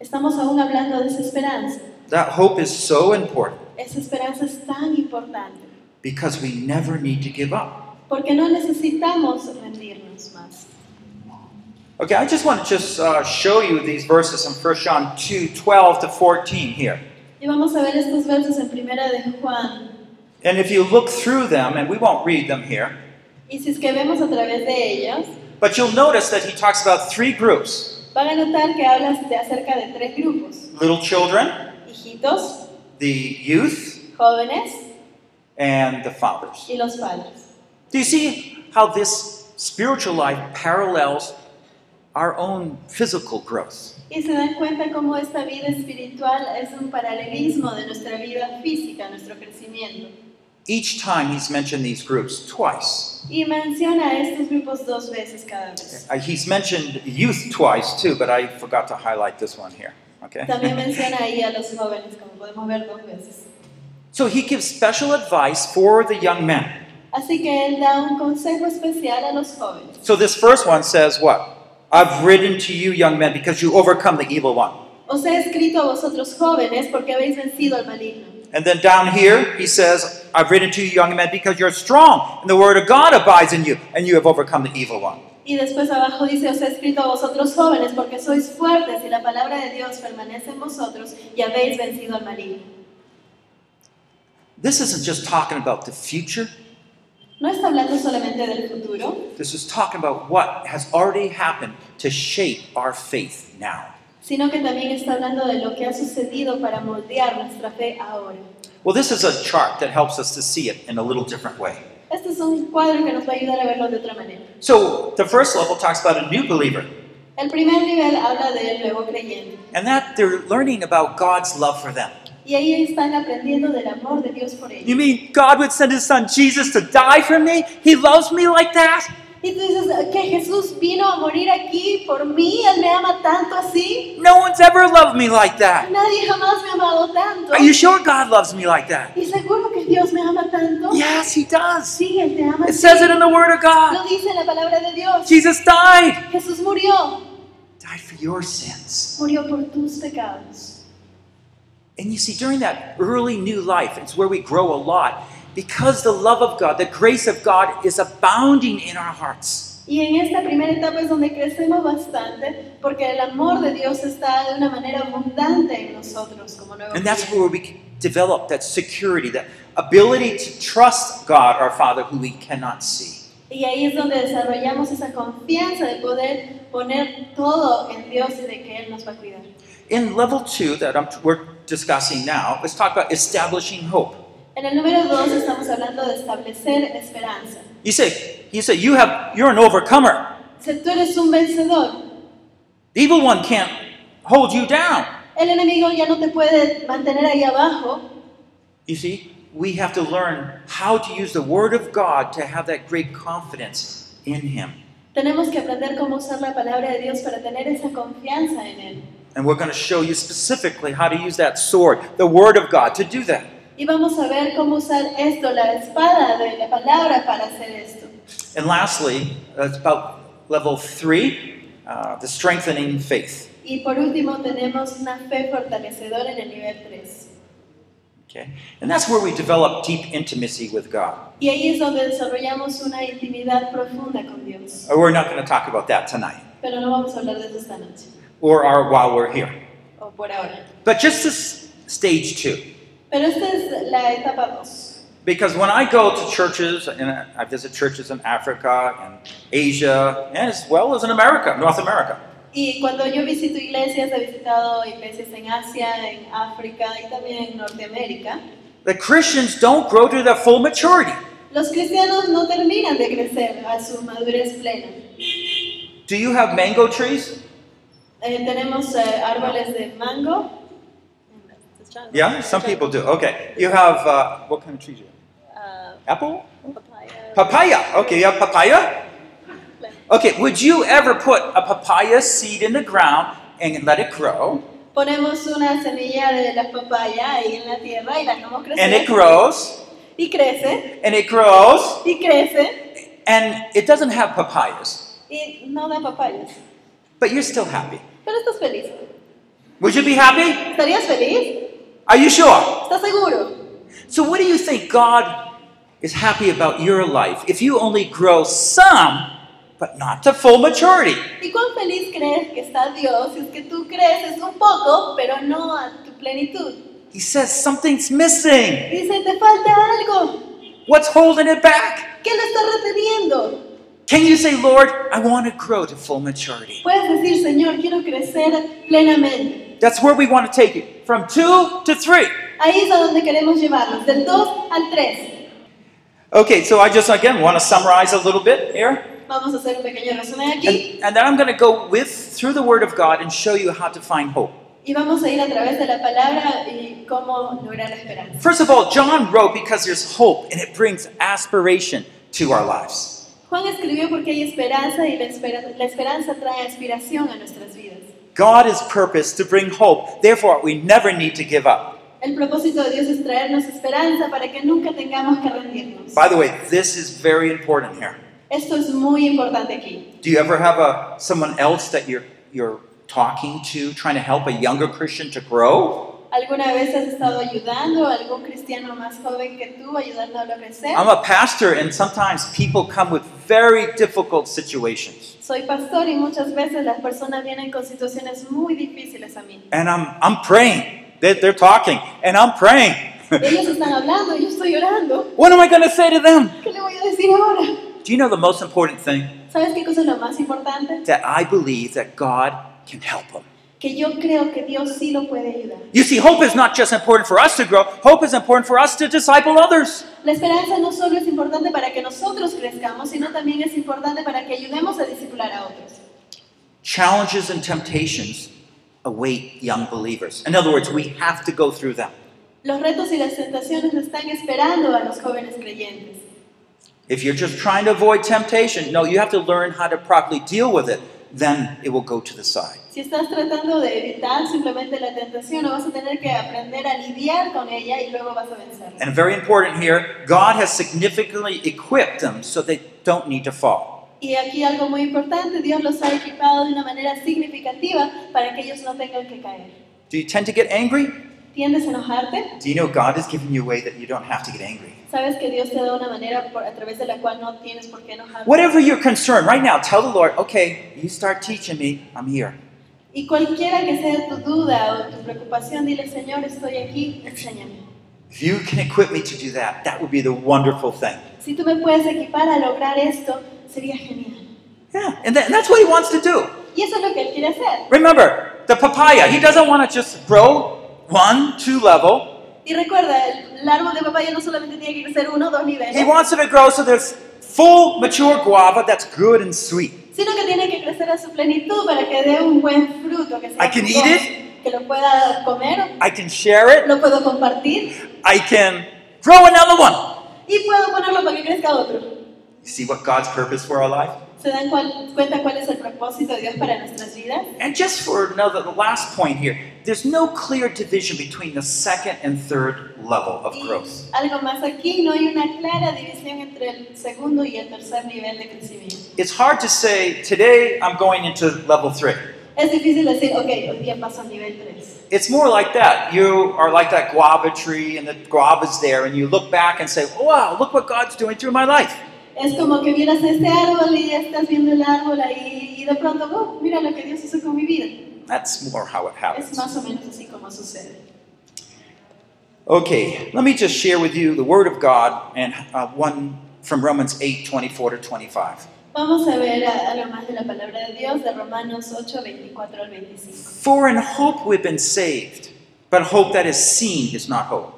Estamos aún hablando de esa esperanza.
That hope is so important
Esa esperanza es tan importante
because we never need to give up.
porque no necesitamos rendirnos más.
Okay, I just want to just uh, show you these verses in 1 John 2 12 to 14 here.
Y vamos a ver estos versos en primera de Juan.
And if you look through them, and we won't read them here,
Y si es que vemos a través de ellos,
but you'll notice that he talks about three groups
van a notar que hablas de acerca de tres grupos.
little children,
Hijitos,
the youth,
jóvenes
and the fathers.
y los padres.
Do you see how this spiritual life parallels our own physical growth?
Y se dan cuenta cómo esta vida espiritual es un paralelismo de nuestra vida física, nuestro crecimiento.
Each time he's mentioned these groups twice.
Y menciona a estos grupos dos veces cada vez.
Uh, He's mentioned youth twice too, but I forgot to highlight this one here.
También
Okay?
menciona ahí a los jóvenes, como podemos ver dos veces.
so he gives special advice for the young men.
Así que él da un consejo especial a los jóvenes.
So this first one says what? I've written to you, young men, because you overcome the evil one.
Os he escrito a vosotros jóvenes porque habéis vencido al maligno.
And then down here, he says, I've written to you, young men, because you're strong, and the word of God abides in you, and you have overcome the evil one.
Y después abajo dice, os he escrito a vosotros jóvenes porque sois fuertes y la palabra de Dios permanece en vosotros y habéis vencido al maligno.
This isn't just talking about the future.
No está hablando solamente del futuro,
This is talking about what has already happened to shape our faith now.
sino que también está hablando de lo que ha sucedido para moldear nuestra fe ahora.
Well, this is a chart that helps us to see it in a little different way.
Este es un cuadro que nos va a ayudar a verlo de otra manera.
So, the first level talks about a new believer.
El primer nivel habla del nuevo creyente.
And that they're learning about God's love for them.
Y ahí están aprendiendo del amor de Dios por
You
ellos.
mean God would send his son Jesus to die for me? He loves me like that?
Y tú dices, ¿que Jesús vino a morir aquí por mí? ¿Él me ama tanto así?
No one's ever loved me like that.
Nadie jamás me ha amado tanto.
Are you sure God loves me like that?
¿Y seguro que Dios me ama tanto?
Yes, he does.
Sí, Él te ama.
It
sí.
says it in the Word of
Lo
God.
dice la palabra de Dios.
Jesus died.
Jesús murió.
Died for your sins.
Murió por tus pecados.
And you see, during that early new life, it's where we grow a lot because the love of God, the grace of God is abounding in our hearts.
Y en esta primera etapa es donde crecemos bastante porque el amor de Dios está de una manera abundante en nosotros como nuevos
And that's
creyentes.
where we develop that security, that ability to trust God, our Father, who we cannot see.
Y ahí es donde desarrollamos esa confianza de poder poner todo en Dios y de que Él nos va a cuidar.
In level two, that I'm, we're discussing now, let's talk about establishing hope.
En el número 2 estamos hablando de establecer esperanza.
You say, you say, you have, you're an overcomer.
Si tú eres un vencedor,
The evil one can't hold you down.
el enemigo ya no te puede mantener ahí abajo.
You see, we have to learn how to use the Word of God to have that great confidence in Him.
Tenemos que aprender cómo usar la palabra de Dios para tener esa confianza en Él.
And we're going to show you specifically how to use that sword, the Word of God, to do that.
Y vamos a ver cómo usar esto, la espada de la palabra, para hacer esto.
And lastly, that's about level three, uh, the strengthening faith.
Y por último, tenemos una fe fortalecedora en el nivel 3.
Okay? And that's where we develop deep intimacy with God.
Y ahí es donde desarrollamos una intimidad profunda con Dios.
Uh, We're not going to talk about that tonight
Pero no vamos a hablar de eso esta noche,
or our, while we're here.
o por ahora.
But just this stage two.
Pero esta es la etapa 2.
Because when I go to churches, and I visit churches in Africa and Asia, and as well as in America, North America,
Y cuando yo visito iglesias, he visitado iglesias en Asia, en África y también en Norteamérica.
the Christians don't grow to their full maturity.
Los cristianos no terminan de crecer a su madurez plena.
Do you have mango trees?
Eh, tenemos eh, árboles de mango.
Yeah, some people do. Okay. You have, uh, what kind of trees do you
Ah,
have? Apple?
papaya.
Papaya. Okay, you have papaya? Okay, would you ever put a papaya seed in the ground and let it grow?
Ponemos una semilla de la papaya ahí en la tierra y la dejamos
And it
crecer.
grows,
Y crece,
and it grows,
y crece,
and it doesn't have papayas,
y no da papayas.
but you're still happy.
Pero estás feliz.
Would you be happy?
¿Estarías feliz?
Are you sure?
¿Estás seguro?
So, what do you think God is happy about your life if you only grow some, but not to full maturity?
¿Y cuán feliz crees que está Dios si es que tú creces un poco, pero no a tu plenitud?
He says something's missing.
Dice, te falta algo.
What's holding it back?
¿Qué lo está reteniendo?
Can you say, Lord, I want to grow to full maturity?
Puedes decir, Señor, quiero crecer plenamente.
That's where we want to take it from two to three.
Ahí es a donde queremos llevarnos, del 2 al 3.
Okay, so I just again want to summarize a little bit here.
Vamos a hacer un pequeño resumen aquí
And, and then I'm going to go with through the Word of God and show you how to find hope.
y vamos a ir a través de la palabra y cómo lograr la esperanza.
First of all, John wrote because there's hope and it brings aspiration to our lives.
Juan escribió porque hay esperanza y la, espera- la esperanza trae aspiración a nuestras vidas.
God is purpose to bring hope. Therefore, we never need to give up.
El propósito de Dios es traernos esperanza para que nunca tengamos que rendirnos.
By the way, this is very important here.
Esto es muy importante aquí.
Do you ever have a someone else that you're you're talking to, trying to help a younger Christian to grow?
¿Alguna vez has estado ayudando a algún cristiano más joven que tú, ayudándolo a crecer?
I'm a pastor, and sometimes people come with very difficult situations,
Soy pastor y muchas veces las personas vienen con situaciones muy difíciles a mí.
and I'm I'm praying. They're, they're talking, and I'm praying.
Ellos están hablando, yo estoy orando.
what am I going to say to them?
¿Qué le voy a decir ahora?
Do you know the most important thing
¿Sabes qué cosa es lo más importante?
that I believe that God can help them?
Que yo creo que Dios sí lo puede ayudar.
You see, hope is not just important for us to grow, hope is important for us to disciple others.
La esperanza no solo es importante para que nosotros crezcamos, sino también es importante para que ayudemos a discipular a otros.
challenges and temptations await young believers. In other words, we have to go through them.
Los retos y las tentaciones están esperando a los jóvenes creyentes.
If you're just trying to avoid temptation, no, you have to learn how to properly deal with it. Then it will go to the side.
Si estás tratando de evitar simplemente la tentación, no vas a tener que aprender a lidiar con ella y luego vas a vencerla.
And very important here, God has significantly equipped them so they don't need to fall.
Y aquí algo muy importante, Dios los ha equipado de una manera significativa para que ellos no tengan que caer.
Do you tend to get angry?
¿Tiendes a enojarte?
Do you know God has given you a way that you don't have to get angry?
Sabes que Dios te da una manera por- a través de la cual no tienes por qué enojarte.
Whatever your concern, right now, tell the Lord, okay, you start teaching me, I'm here.
Y cualquiera que sea tu duda o tu preocupación, dile, Señor, estoy aquí, enséñame.
If you can equip me to do that, that would be the wonderful thing.
Si tú me puedes equipar a lograr esto, sería genial.
Yeah, and, that, and that's what he wants to do.
Y eso es lo que Él quiere hacer.
Remember, the papaya, he doesn't want to just grow one, two level.
Y recuerda, el el árbol de papaya no solamente tiene que crecer uno o dos
He
niveles,
wants it to grow so there's full, mature guava that's good and sweet.
sino que tiene que crecer a su plenitud para que dé un buen fruto, que sea
I can eat
jugoso, que lo pueda comer,
I can share it,
lo puedo compartir
I can grow another one.
y puedo ponerlo para que crezca otro.
You see what God's purpose for our life?
¿Se dan cual- cuenta cuál es el propósito de Dios para nuestras vidas?
And just for another, the last point here, there's no clear division between the second and third level of
Y
growth.
algo más aquí, no hay una clara división entre el segundo y el tercer nivel de crecimiento.
It's hard to say, today I'm going into level three.
Es difícil decir, ok, hoy día paso al nivel 3.
It's more like that. You are like that guava tree, and the guava's there, and you look back and say, "Oh, wow, look what God's doing through my life.
Es como que vieras este árbol y ya estás viendo el árbol ahí y de pronto, oh, mira lo que Dios hizo con mi vida.
That's more how it
Es
happens.
más o menos así como sucede.
Okay, let me just share with you the Word of God and uh, one from Romans 8 24 to 25.
Vamos a ver a- algo más de la palabra de Dios de Romanos 8, 24 al 25.
For in hope we've been saved, but hope that is seen is not hope.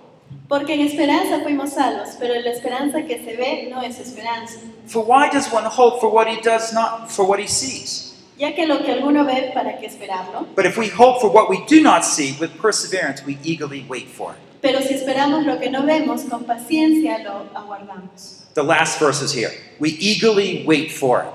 Porque en esperanza fuimos salvos, pero la esperanza que se ve no es esperanza,
For why does one hope for what he does not for what he sees?
ya que lo que alguno ve, ¿para qué esperarlo?
But if we hope for what we do not see, with perseverance we eagerly wait for it.
Pero si esperamos lo que no vemos, con paciencia lo aguardamos.
The last verse is here. We eagerly wait for it.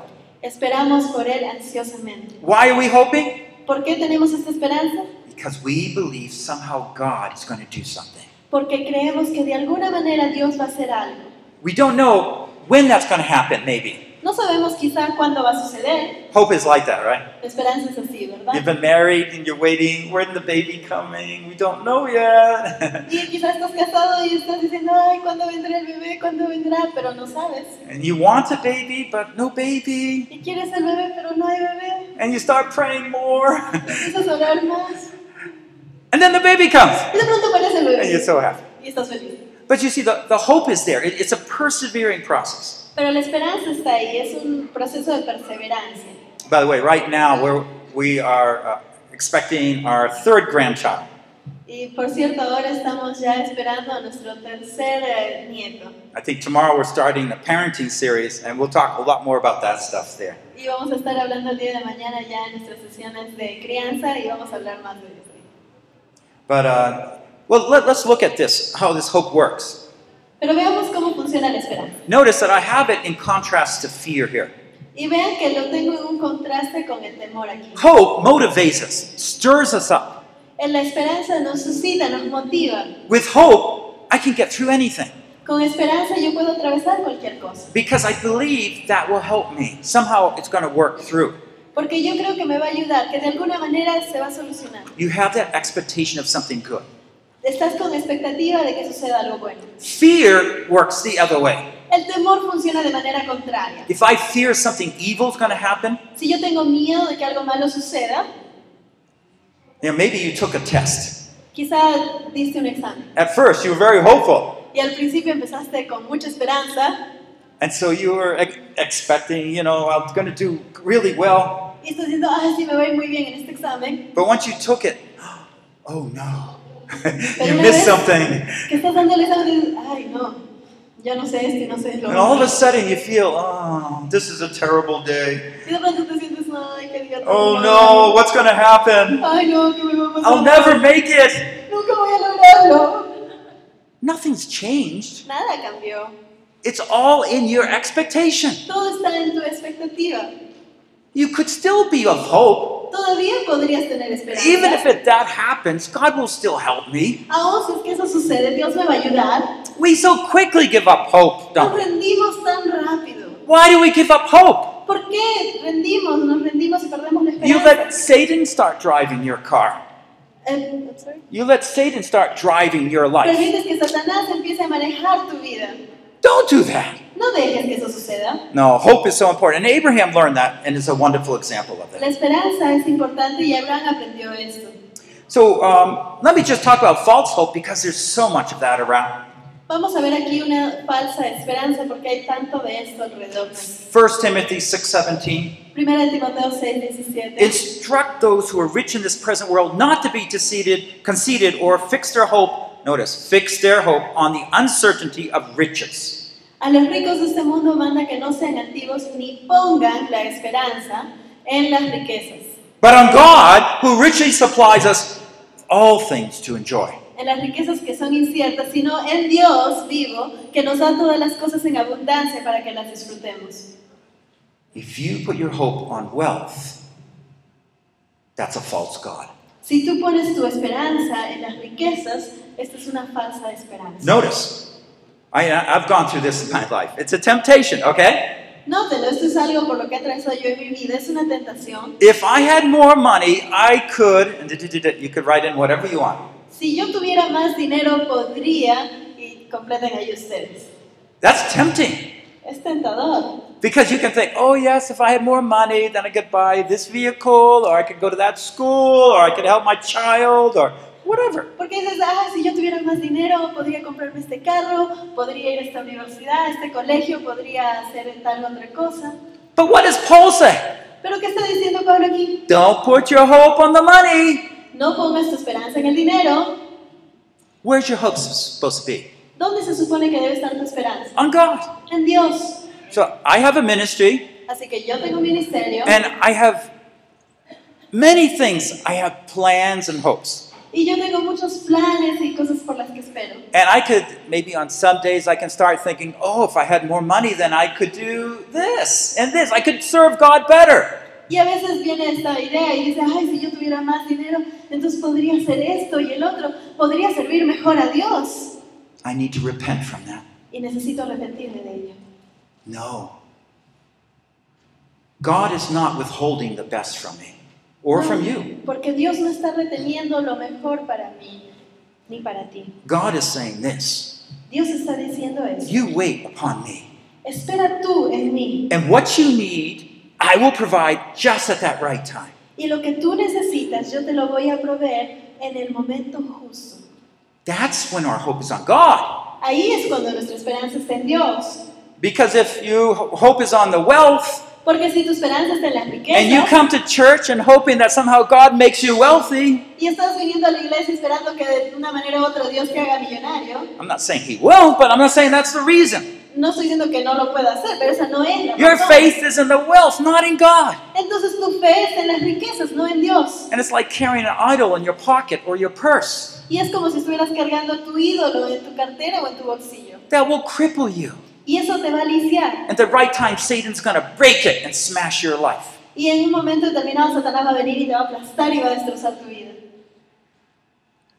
Esperamos por Él ansiosamente.
Why are we hoping?
¿Por qué tenemos esta esperanza?
Because we believe somehow God is going to do something.
Porque creemos que de alguna manera Dios va a hacer algo.
We don't know when that's going to happen, maybe.
No sabemos quizá cuándo va a suceder.
Hope is like that, right?
La esperanza es así, ¿verdad?
You've been married and you're waiting. When's the baby coming? We don't know yet.
Y quizá estás casado y estás diciendo, ay, ¿cuándo vendrá el bebé? ¿Cuándo vendrá? Pero no sabes.
And you want a baby, but no baby.
Y quieres el bebé, pero no hay bebé.
And you start praying more.
Y Empiezas a orar más.
and then the baby comes.
Y de pronto aparece el
And you're
bebé.
so happy.
Y estás feliz.
But you see, the, the hope is there. It- it's a persevering process.
Pero la esperanza está ahí. Es un proceso de perseverancia.
By the way, right now, we're, we are uh, expecting our third grandchild.
Y por cierto, ahora estamos ya esperando a nuestro tercer eh, nieto.
I think tomorrow we're starting a parenting series, and we'll talk a lot more about that stuff there.
Y vamos a estar hablando el día de mañana ya en nuestras sesiones de crianza y vamos a hablar más de eso.
But, uh, well, let, let's look at this how this hope works.
Pero veamos cómo funciona la esperanza.
Notice that I have it in contrast to fear here.
Y vean que lo tengo en un contraste con el temor aquí.
Hope motivates us, stirs us up.
En la esperanza nos suscita, nos motiva.
With hope, I can get through anything
Con esperanza yo puedo atravesar cualquier cosa.
because I believe that will help me. Somehow it's going to work through.
Porque yo creo que me va a ayudar, que de alguna manera se va a solucionar.
You have that expectation of something good.
Estás con expectativa de que suceda algo bueno.
Fear works the other way.
El temor funciona de manera contraria.
If I fear something evil is going to happen,
Si yo tengo miedo de que algo malo suceda,
you know, maybe you took a test.
Quizá diste un examen
At first, you were very hopeful,
y al principio empezaste con mucha esperanza
and so you were ex- expecting, you know, I'm going to do really well.
y estás diciendo, ah, sí, me va a ir muy bien en este examen.
But once you took it, oh no, you
Pero una vez-
missed something.
Que estás dando el examen y dices, ay, no, yo no sé esto, no sé lo
And all of
otro.
a sudden, you feel, oh, this is a terrible day.
Y de pronto te sientes, ay, qué día
Oh no, what's going to happen?
Ay, no, ¿qué me va a pasar?
I'll never make it.
Nunca voy a lograrlo.
Nothing's changed.
Nada cambió.
It's all in your expectation.
Todo está en tu expectativa.
You could still be of hope.
Todavía podrías tener esperanza.
Even if it, that happens, God will still help me.
Aún si es que eso sucede, Dios me va a ayudar.
We so quickly give up
Nos
hope, don't we?
rendimos tan rápido.
Why do we give up hope?
¿Por qué rendimos, nos rendimos y perdemos la
You
esperanza?
let Satan start driving your car.
Eh, I'm sorry.
You let Satan start driving your life.
Permites que Satanás empiece a manejar tu vida.
Don't do that.
No dejes que eso suceda.
No, hope is so important. And Abraham learned that and is a wonderful example of
La
it.
esperanza es importante y Abraham aprendió esto.
So um, let me just talk about false hope because there's so much of that around.
Vamos a ver aquí una falsa esperanza porque hay tanto de esto alrededor.
1 Timothy 6:17
Primera de Timoteo 6, 17.
Instruct those who are rich in this present world not to be deceived, conceited or fix their hope, notice, fix their hope on the uncertainty of riches.
A los ricos de este mundo manda que no sean activos ni pongan la esperanza en las riquezas,
But on God, who richly supplies us all things to enjoy.
en las riquezas que son inciertas, sino en Dios vivo, que nos da todas las cosas en abundancia para que las disfrutemos.
If you put your hope on wealth, that's a false God.
Si tú pones tu esperanza en las riquezas, esta es una falsa esperanza.
Notice, I, I've gone through this in my life. It's a temptation, okay?
Nótelo, esto es algo por lo que he atravesado yo en mi vida, es una tentación.
If I had more money, I could, and you could write in whatever you want.
Si yo tuviera más dinero, podría, y completen ahí ustedes.
That's tempting
Es tentador,
because you can think, oh, yes, if I had more money, then I could buy this vehicle, or I could go to that school, or I could help my child, or whatever.
Porque dices, ah, si yo tuviera más dinero, podría comprarme este carro, podría ir a esta universidad, a este colegio, podría hacer tal otra cosa.
But what does Paul say?
Pero ¿qué está diciendo Pablo aquí?
Don't put your hope on the money.
No pongas tu esperanza en el dinero.
Where's your hope supposed to be?
¿Dónde se supone que debe estar tu esperanza?
On God.
En Dios.
So I have a ministry.
Así que yo tengo un ministerio
And I have many things. I have plans and hopes.
y yo tengo muchos planes y cosas por las que espero.
And I could, maybe on some days, I can start thinking, oh, if I had more money, then I could do this and this. I could serve God better.
Y a veces viene esta idea y dice, ay, si yo tuviera más dinero, entonces podría hacer esto y el otro, podría servir mejor a Dios.
I need to repent from that.
Y necesito arrepentirme de ello.
No. God is not withholding the best from me or from you.
Porque Dios no está reteniendo lo mejor para mí ni para ti.
God is saying this
Dios está diciendo eso.
You wait upon me.
Espera tú en mí
And what you need, I will provide just at that right time.
y lo que tú necesitas yo te lo voy a proveer en el momento justo.
That's when our hope is on God.
Ahí es cuando nuestra esperanza está en Dios.
Because if you hope is on the wealth,
Porque si tu esperanza está en las
and you
riquezas
come to church and hoping that somehow God makes you wealthy,
y estás viniendo a la iglesia esperando que de una manera u otra Dios te haga millonario,
I'm not saying He will, but I'm not saying that's the reason.
no estoy diciendo que no lo pueda hacer, pero esa no es la
Your
razón.
faith is in the wealth, not in God.
Entonces tu fe está en las riquezas, no en Dios.
And it's like carrying an idol in your pocket or your purse
Y es como si estuvieras cargando a tu ídolo en tu cartera o en tu bolsillo.
that will cripple you.
Y eso te va a aliciar.
At the right time, Satan's going to break it and smash your life.
Y en un momento determinado Satanás va a venir y te va a aplastar y va a destrozar tu vida.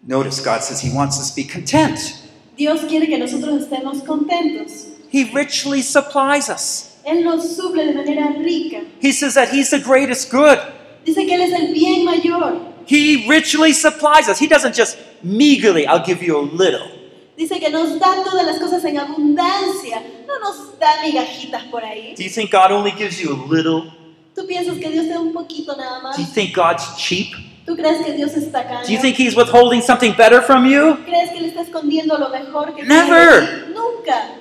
Notice God says He wants us to be content.
Dios quiere que nosotros estemos contentos.
He richly supplies us.
Él nos suple de manera rica.
He says that He's the greatest good.
Dice que Él es el bien mayor.
He richly supplies us. He doesn't just meagerly, I'll give you a little.
Dice que nos da todas las cosas en abundancia. No nos da migajitas por ahí.
Do you think God only gives you a little?
¿Tú piensas que Dios te da un poquito nada más?
Do you think God's cheap?
¿Tú crees que Dios está caro?
Do you think He's withholding something better from you?
¿Crees que le está escondiendo lo mejor que tiene
Never.
de ti? Nunca.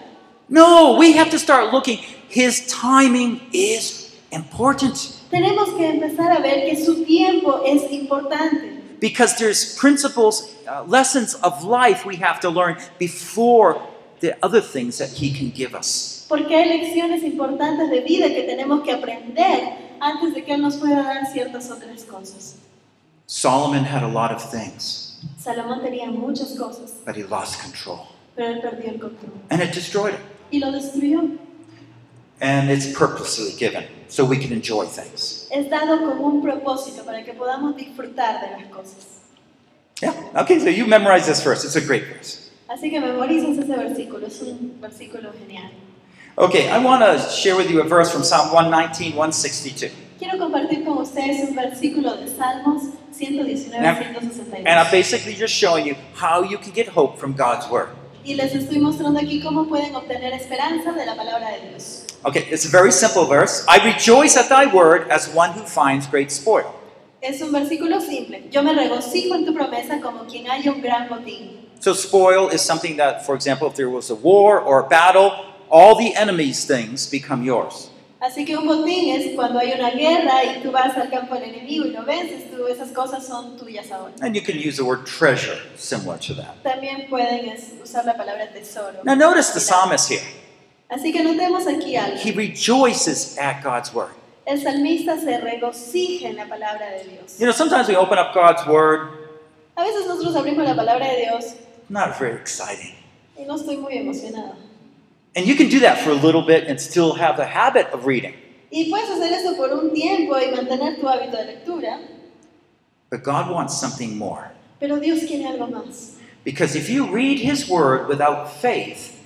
No, we have to start looking. His timing is important
Tenemos que empezar a ver que su tiempo es importante,
because there's principles, uh, lessons of life we have to learn before the other things that He can give us.
porque hay lecciones importantes de vida que tenemos que aprender antes de que Él nos pueda dar ciertas otras cosas.
Solomon had a lot of things,
Salomón tenía muchas cosas,
but he lost control
pero Él perdió el control
and it destroyed him.
y lo destruyó.
And it's purposely given so we can enjoy things.
Es dado como un propósito para que podamos disfrutar de las cosas.
Yeah. Okay, so you memorize this verse. It's a great verse.
Así que memorizas ese versículo, es un versículo genial.
Okay, I want to share with you a verse from Psalm 119, 162.
Quiero compartir con ustedes un versículo de Salmos 119,
Now-
162.
And I'm basically just showing you how you can get hope from God's word.
Y les estoy mostrando aquí cómo pueden obtener esperanza de la palabra de Dios.
Okay, it's a very simple verse. I rejoice at thy word as one who finds great spoil.
Es un versículo simple. Yo me regocijo en tu promesa como quien haya un gran botín.
So spoil is something that, for example, if there was a war or a battle, all the enemy's things become yours.
Así que un botín es cuando hay una guerra y tú vas al campo del enemigo y lo vences, tú, esas cosas son tuyas ahora.
And you can use the word treasure similar to that.
También pueden es, usar la palabra tesoro.
Now notice the psalmist here.
Así que notemos aquí algo.
He rejoices at God's word.
El salmista se regocija en la palabra de Dios.
You know, sometimes we open up God's word,
A veces nosotros abrimos la palabra de Dios
not very exciting.
y no estoy muy emocionada.
And you can do that for a little bit and still have the habit of reading.
Y puedes hacer eso por un tiempo y mantener tu hábito de lectura,
But God wants something more.
pero Dios quiere algo más.
Because if you read his word without faith,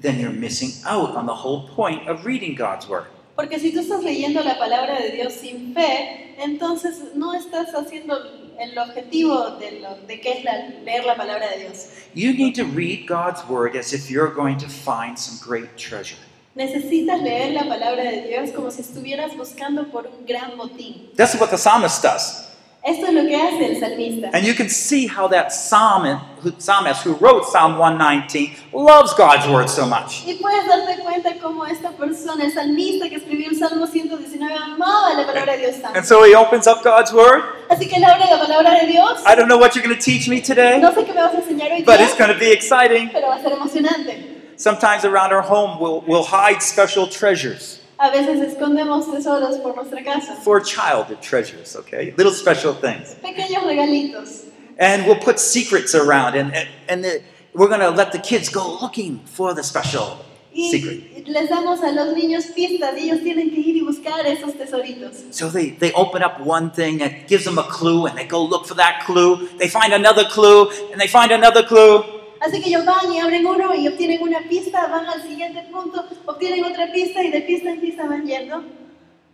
then you're missing out on the whole point of reading God's word.
Porque si tú estás leyendo la palabra de Dios sin fe, entonces no estás haciendo el objetivo de, lo, de qué es la- leer la palabra de Dios.
You need to read God's word as if you're going to find some great treasure.
Necesitas leer la palabra de Dios como si estuvieras buscando por un gran botín.
That's what the psalmist does.
Esto es lo que hace el salmista.
And you can see how that psalmist who, psalmist who wrote Psalm 119 loves God's word so much.
Y puedes darte cuenta cómo esta persona, el salmista que escribió el Salmo 119, amaba la palabra de Dios
And
tanto.
so he opens up God's word.
Así que él abre la palabra de Dios.
I don't know what you're going to teach me today,
No sé qué me vas a enseñar hoy
but
día,
it's going to be exciting.
pero va a ser emocionante.
Sometimes around our home, we'll, we'll hide special treasures
A veces escondemos tesoros por nuestra casa,
for childhood treasures, okay? Little special things.
pequeños regalitos.
And we'll put secrets around, and, and, and the, we're going to let the kids go looking for the special
Y
secret.
les damos a los niños pistas y ellos tienen que ir y buscar esos tesoritos.
So they, they open up one thing that gives them a clue, and they go look for that clue. They find another clue, and they find another clue.
Así que ellos van y abren uno y obtienen una pista, van al siguiente punto, obtienen otra pista y de pista en pista van yendo.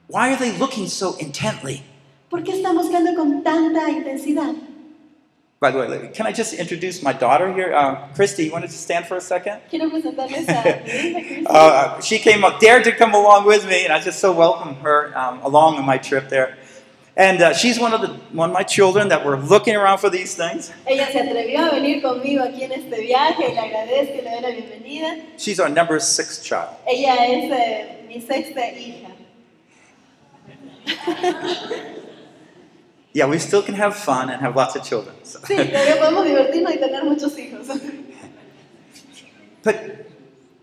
Why are they looking so intently?
¿Por qué están buscando con tanta intensidad?
By the way, can I just introduce my daughter here? Uh, Christy, you want to just stand for a second?
Quiero presentarles a mi hija Christy.
Uh, she came up, dared to come along with me, and I just so welcome her um, along on my trip there. And uh, she's one of the one of my children that were looking around for these things.
Ella se atrevió a venir conmigo aquí en este viaje y le agradezco y le doy la bienvenida.
She's our number six child.
Ella es eh, mi sexta hija.
Yeah, we still can have fun and have lots of children. so.
Sí, todavía podemos divertirnos y tener muchos hijos.
But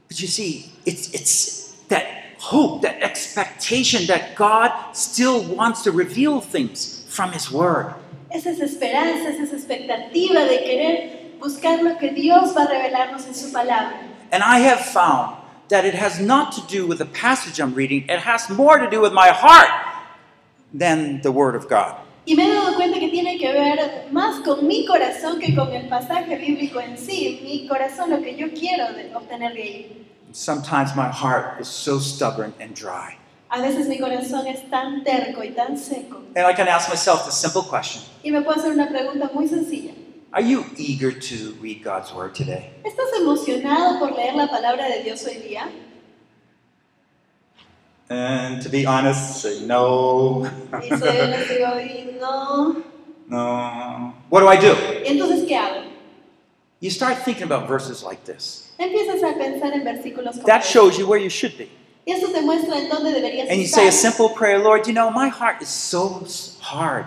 but you see, it's it's that hope, that expectation that God still wants to reveal things from His Word.
Es esa esperanza, es esa expectativa de querer buscar lo que Dios va a revelarnos en su palabra.
And I have found that it has not to do with the passage I'm reading, it has more to do with my heart than the Word of God.
Y me he dado cuenta que tiene que ver más con mi corazón que con el pasaje bíblico en sí. Mi corazón, lo que yo quiero de- obtener de ahí.
Sometimes my heart is so stubborn and dry.
A veces mi corazón es tan terco y tan seco.
And I can ask myself the simple question
Y me puedo hacer una pregunta muy sencilla.
Are you eager to read God's Word today?
¿Estás emocionado por leer la palabra de Dios hoy día?
And to be honest, say no.
Y soy les digo, y no.
no. What do I do?
¿Y entonces qué hago?
You start thinking about verses like this.
Empiezas a pensar en versículos como
That
este.
shows you where you should be.
Y eso te muestra en dónde deberías
And you
estar.
say a simple prayer Lord, you know, my heart is so hard.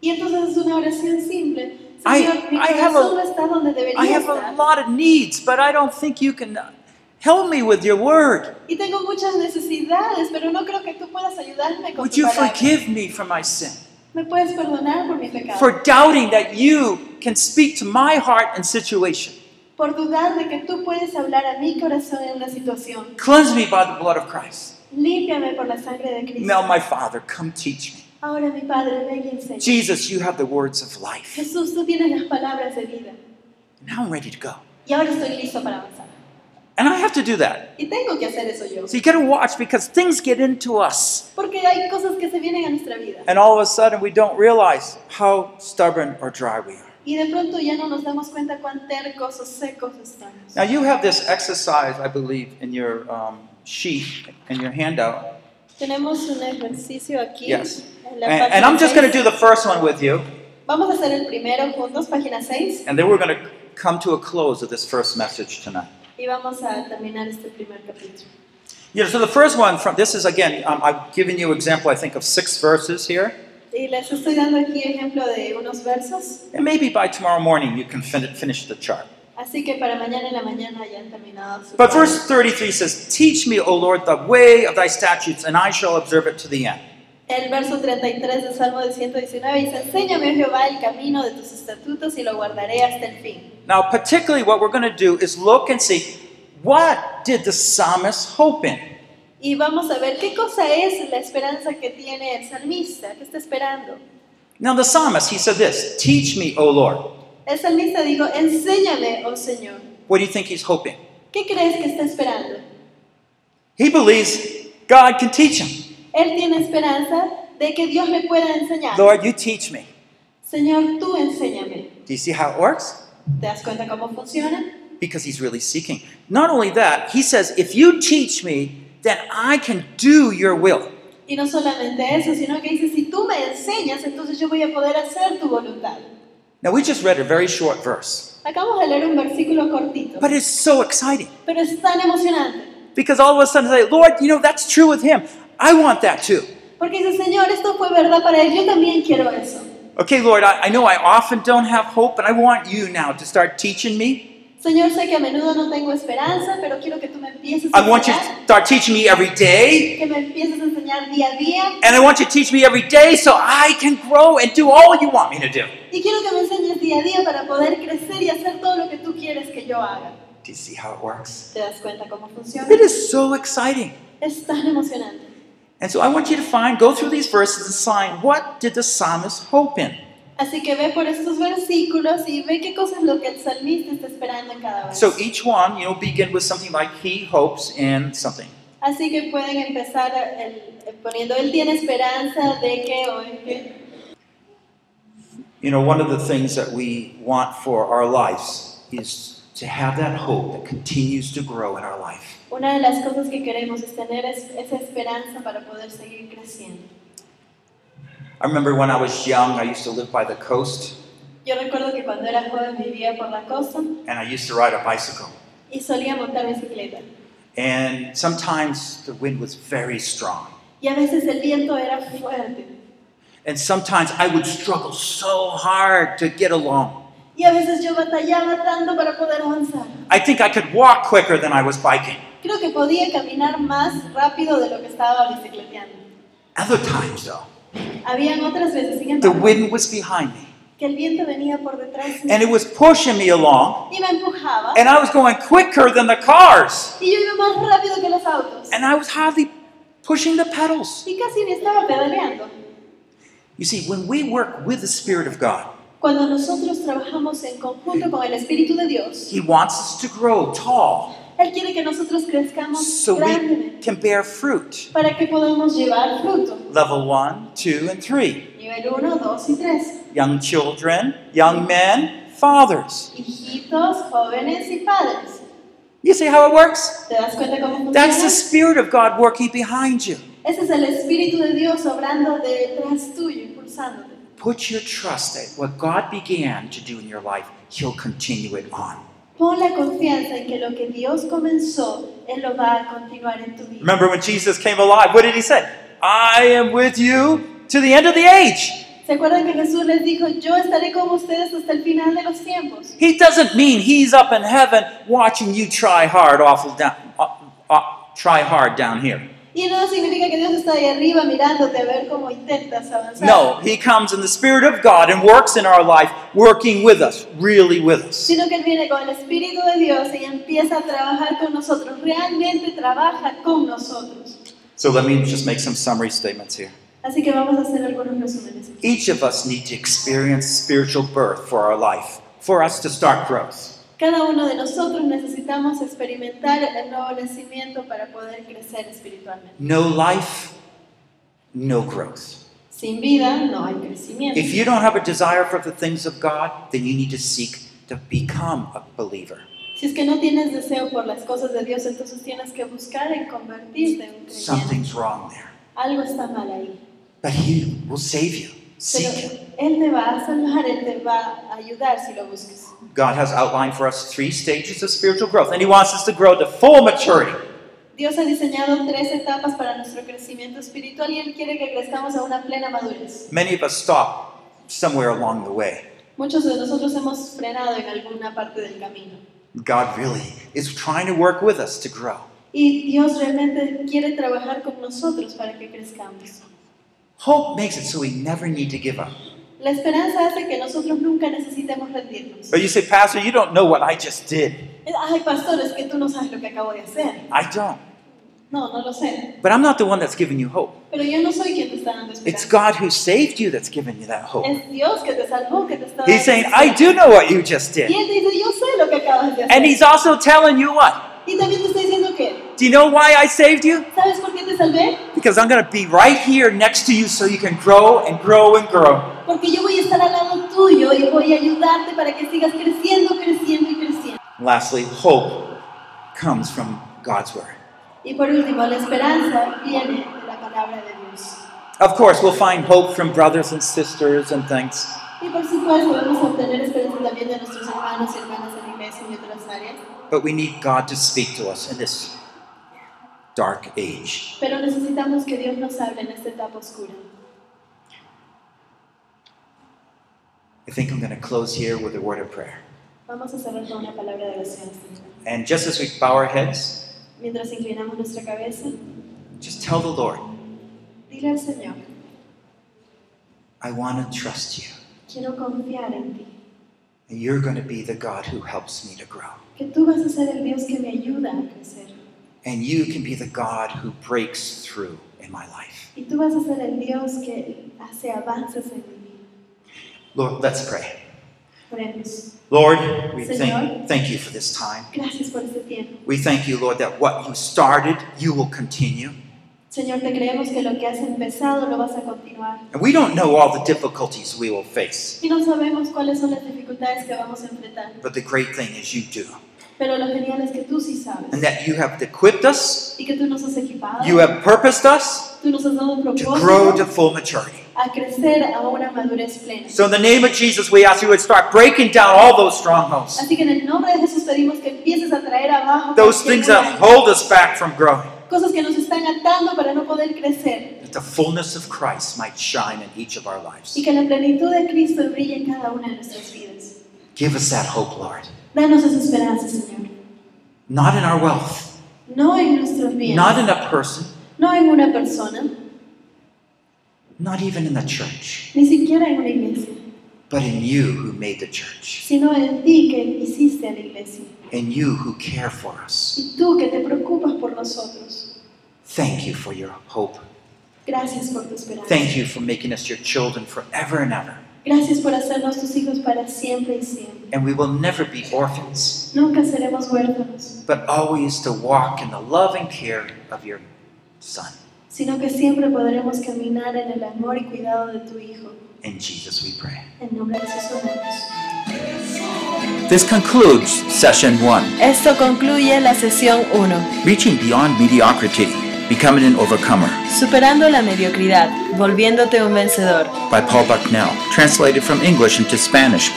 y entonces es una oración simple.
I-
Señor, mi
I have
corazón
a-
no está donde debería
I have
estar.
a lot of needs, but I don't think you can uh, Help me with your word.
Y tengo muchas necesidades, pero no creo que tú puedas ayudarme con
Would
tu
you
palabra.
forgive me for my sin?
¿Me puedes perdonar por mi pecado?
For doubting that you can speak to my heart and situation.
por dudar de que tú puedes hablar a mi corazón en una situación.
Cleanse me by the blood of Christ.
Límpiame por la sangre de Cristo.
Now, my Father, come teach me.
Ahora mi Padre, ven y enseña.
Jesus, you have the words of life.
Jesús, tú tienes las palabras de vida.
Now I'm ready to go.
Y ahora estoy listo para avanzar.
And I have to do that.
Y tengo que hacer eso yo.
So you got to watch because things get into us.
Porque hay cosas que se vienen a nuestra vida.
And all of a sudden, we don't realize how stubborn or dry we are.
Y de pronto ya no nos damos cuenta cuán tercos o secos estamos.
Now, you have this exercise, I believe, in your um, sheet, in your handout.
Tenemos un ejercicio aquí.
Yes.
en la
And,
página
and I'm just going to
seis.
do the first one with you.
Vamos a hacer el primero juntos, página 6.
And then we're going to come to a close of this first message tonight.
Y vamos a terminar este primer capítulo.
You know, so the first one from this is again, um, I've given you an example, I think, of six verses here.
Y les estoy dando aquí ejemplo de unos versos,
And maybe by tomorrow morning you can fin- finish the chart.
así que para mañana en la mañana ya han terminado su
But verse 33 says, Teach me, O Lord, the way of thy statutes, and I shall observe it to the end.
El verso 33 del Salmo de 119 dice, Enséñame, oh Jehová, el camino de tus estatutos y lo guardaré hasta el fin.
Now, particularly what we're going to do is look and see what did the psalmist hope in?
Y vamos a ver qué cosa es la esperanza que tiene el salmista, qué está esperando.
Now, the psalmist, he said this Teach me, O Lord.
El salmista dijo, enséñame, oh Señor,
What do you think he's hoping?
¿qué crees que está esperando?
He believes God can teach him.
Él tiene esperanza de que Dios le pueda enseñar.
Lord, you teach me.
Señor, tú enséñame.
Do you see how it works?
¿Te das cuenta cómo funciona?
because he's really seeking. Not only that, he says, If you teach me, then I can do your will.
Y no solamente eso, sino que dice, si tú me enseñas, entonces yo voy a poder hacer tu voluntad.
Now, we just read a very short verse,
Acabamos de leer un versículo cortito,
but it's so exciting
pero es tan emocionante,
because all of a sudden, say, Lord, you know, that's true with him. I want that too.
porque dice, Señor, esto fue verdad para él, yo también quiero eso.
Okay, Lord, I, I know I often don't have hope, but I want you now to start teaching me.
Señor, sé que a menudo no tengo esperanza, pero quiero que tú me empieces a
I want you
enseñar,
to start teaching me every day.
que me empieces a enseñar día a día,
And I want you to teach me every day so I can grow and do all you want me to do.
y quiero que me enseñes día a día para poder crecer y hacer todo lo que tú quieres que yo haga.
Do you see how it works?
¿Te das cuenta cómo funciona?
It is so exciting.
Es tan emocionante.
And so I want you to find, go through these verses and find what did the psalmist hope in.
Así que ve por estos versículos y ve qué cosa es lo que el salmista está esperando en cada verso.
So each one, you know, begin with something like he hopes in something.
Así que pueden empezar el- eh, poniendo, él tiene esperanza de que o en que.
You know, one of the things that we want for our lives is to have that hope that continues to grow in our life.
Una de las cosas que queremos es tener es- esa esperanza para poder seguir creciendo.
I remember when I was young, I used to live by the coast
Yo recuerdo que cuando era joven vivía por la costa
and I used to ride a bicycle.
y solía montar bicicleta.
And sometimes the wind was very strong.
Y a veces el viento era fuerte.
And sometimes I would struggle so hard to get along.
Y a veces yo batallaba tanto para poder avanzar.
I think I could walk quicker than I was biking.
Creo que podía caminar más rápido de lo que estaba bicicleteando.
Other times, though,
Habían otras veces, sin
The
embargo,
wind was behind me,
que el viento venía por detrás mío
and it was pushing me along,
y me empujaba.
and I was going quicker than the cars,
Y yo iba más rápido que los autos.
and I was hardly pushing the pedals.
Y casi ni estaba pedaleando.
You see, when we work with the Spirit of God,
Cuando nosotros trabajamos en conjunto con el Espíritu de Dios,
He wants us to grow tall
Él quiere que nosotros crezcamos
so we
grandemente
can bear fruit.
para que podamos llevar fruto.
Level one, two, and three.
Nivel 1, 2 y 3.
Young children, young men, fathers.
Hijitos, jóvenes y padres.
You see how it works?
¿Te das cuenta cómo funciona?
That's the Spirit of God working behind you.
Ese es el Espíritu de Dios obrando detrás tuyo, impulsándote.
Put your trust that what God began to do in your life, He'll continue it on.
Pon la confianza en que lo que Dios comenzó, Él lo va a continuar en tu vida.
Remember when Jesus came alive, what did he say? I am with you to the end of the age.
¿Se ¿Se acuerdan que Jesús les dijo, yo estaré con ustedes hasta el final de los tiempos?
He doesn't mean he's up in heaven watching you try hard awful down uh, uh, try hard down here.
Y no significa que Dios está ahí arriba mirándote a ver cómo intentas avanzar.
No, he comes in the spirit of God and works in our life, working with us, really with us.
Sino que Él viene con el Espíritu de Dios y empieza a trabajar con nosotros. Realmente trabaja con nosotros.
So let me just make some summary statements here.
Así que vamos a hacer algunos resúmenes.
Each of us need to experience spiritual birth for our life, for us to start growth.
Cada uno de nosotros necesitamos experimentar el nuevo nacimiento para poder crecer espiritualmente.
No life, no growth.
Sin vida no hay crecimiento.
If you don't have a desire for the things of God, then you need to seek to become a believer.
Si es que no tienes deseo por las cosas de Dios, entonces tienes que buscar y convertirte en un creyente.
Something's wrong there.
Algo está mal ahí.
But He will save you.
Pero
Seek Him.
Él te va a salvar, Él te va a ayudar si lo buscas.
God has outlined for us three stages of spiritual growth, and He wants us to grow to full maturity.
Dios ha diseñado tres etapas para nuestro crecimiento espiritual y Él quiere que crezcamos a una plena madurez.
Many of us stop somewhere along the way.
Muchos de nosotros hemos frenado en alguna parte del camino.
God really is trying to work with us to grow.
Y Dios realmente quiere trabajar con nosotros para que crezcamos.
Hope makes it so we never need to give up.
La esperanza hace que nosotros nunca necesitemos rendirnos.
But you say, Pastor, you don't know what I just did.
Ay, pastor, es que tú no sabes lo que acabo de hacer.
I don't.
No, no lo sé.
But I'm not the one that's giving you hope.
Pero yo no soy quien te está dando
It's
esperanza.
God who saved you that's giving you that hope.
Es Dios que te salvó, que te está dando
He's saying, I
esperanza.
do know what you just
Y
did.
Él te dice, yo sé lo que acabas de
And
hacer.
He's also telling you what?
Y también te está diciendo que,
Do you know why I saved you?
¿sabes por qué te salvé?
Because I'm going to be right here next to you so you can grow and grow and grow.
Porque yo voy a estar al lado tuyo y voy a ayudarte para que sigas creciendo, creciendo y creciendo.
Lastly, hope comes from God's Word.
Y por último, la esperanza viene de la palabra de Dios.
Of course, we'll find hope from brothers and sisters and things.
Y por supuesto, vamos a obtener esperanza también de nuestros hermanos y hermanas en la iglesia y otras áreas.
But we need God to speak to us in this dark age.
Pero necesitamos que Dios nos hable en esta etapa oscura.
I think I'm going to close here with a word of prayer.
Vamos a cerrar con una palabra de oración. Señor.
And just as we bow our heads,
Mientras inclinamos nuestra cabeza,
just tell the Lord,
dile al Señor,
I want to trust you.
quiero confiar en ti,
And you're going to be the God who helps me to grow.
que tú vas a ser el Dios que me ayuda a crecer.
And you can be the God who breaks through in my life.
Y tú vas a ser el Dios que hace avances en mi vida.
Lord, let's pray.
Oremos.
Lord, we
Señor.
thank, thank you for this time.
Gracias por este tiempo.
We thank you, Lord, that what you started, you will continue.
Señor, te creemos que lo que has empezado lo vas a continuar.
And we don't know all the difficulties we will face,
Y no sabemos cuáles son las dificultades que vamos a enfrentar,
but the great thing is you do.
pero lo genial es que tú sí sabes
And that you have equipped us,
y que tú nos has equipado,
you have purposed us
tú nos has dado un
to grow to
propósito
full maturity.
a crecer a una madurez plena.
So, in the name of Jesus, we ask you would start breaking down all those strongholds,
Así que en el nombre de Jesús pedimos que empieces a traer abajo
those
cualquier
things
lugar,
that hold us back from growing,
cosas que nos están atando para no poder crecer
that the fullness of Christ might shine in each of our lives.
y que la plenitud de Cristo brille en cada una de nuestras vidas.
Give us that hope, Lord.
Danos esa esperanza, Señor.
Not in our wealth,
No en nuestros bienes,
not in a person,
no en una persona,
not even in the church,
ni siquiera en una iglesia,
but in you who made the church,
sino en ti que hiciste a la iglesia.
in you who care for us.
Y tú que te preocupas por nosotros,
Thank you for your hope.
gracias por tu esperanza.
Thank you for making us your children forever and ever.
Gracias por hacernos tus hijos para siempre y siempre.
And we will never be orphans.
Nunca seremos huérfanos,
but always to walk in the love and care of your Son.
sino que siempre podremos caminar en el amor y cuidado de tu Hijo.
In Jesus we pray.
En nombre de Jesús oramos.
This concludes session one
Esto concluye la sesión 1.
Reaching Beyond Mediocrity
Becoming an Overcomer
Superando la mediocridad, volviéndote un vencedor.
by Paul Bucknell, translated from English into Spanish.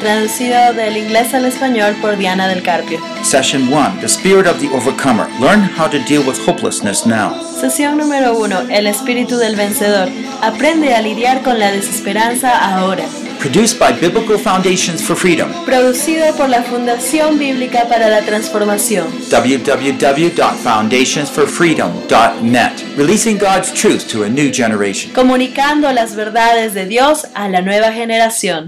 Traducido del inglés al español por Diana del Carpio.
Session 1 The Spirit of the Overcomer. Learn how to deal with hopelessness now.
Sesión número 1. El espíritu del vencedor. Aprende a lidiar con la desesperanza ahora.
Produced by Biblical Foundations for Freedom.
Producido por la Fundación Bíblica para la Transformación.
www.foundationsforfreedom.net. Releasing God's truth to a new generation.
Comunicando las verdades de Dios a la nueva generación.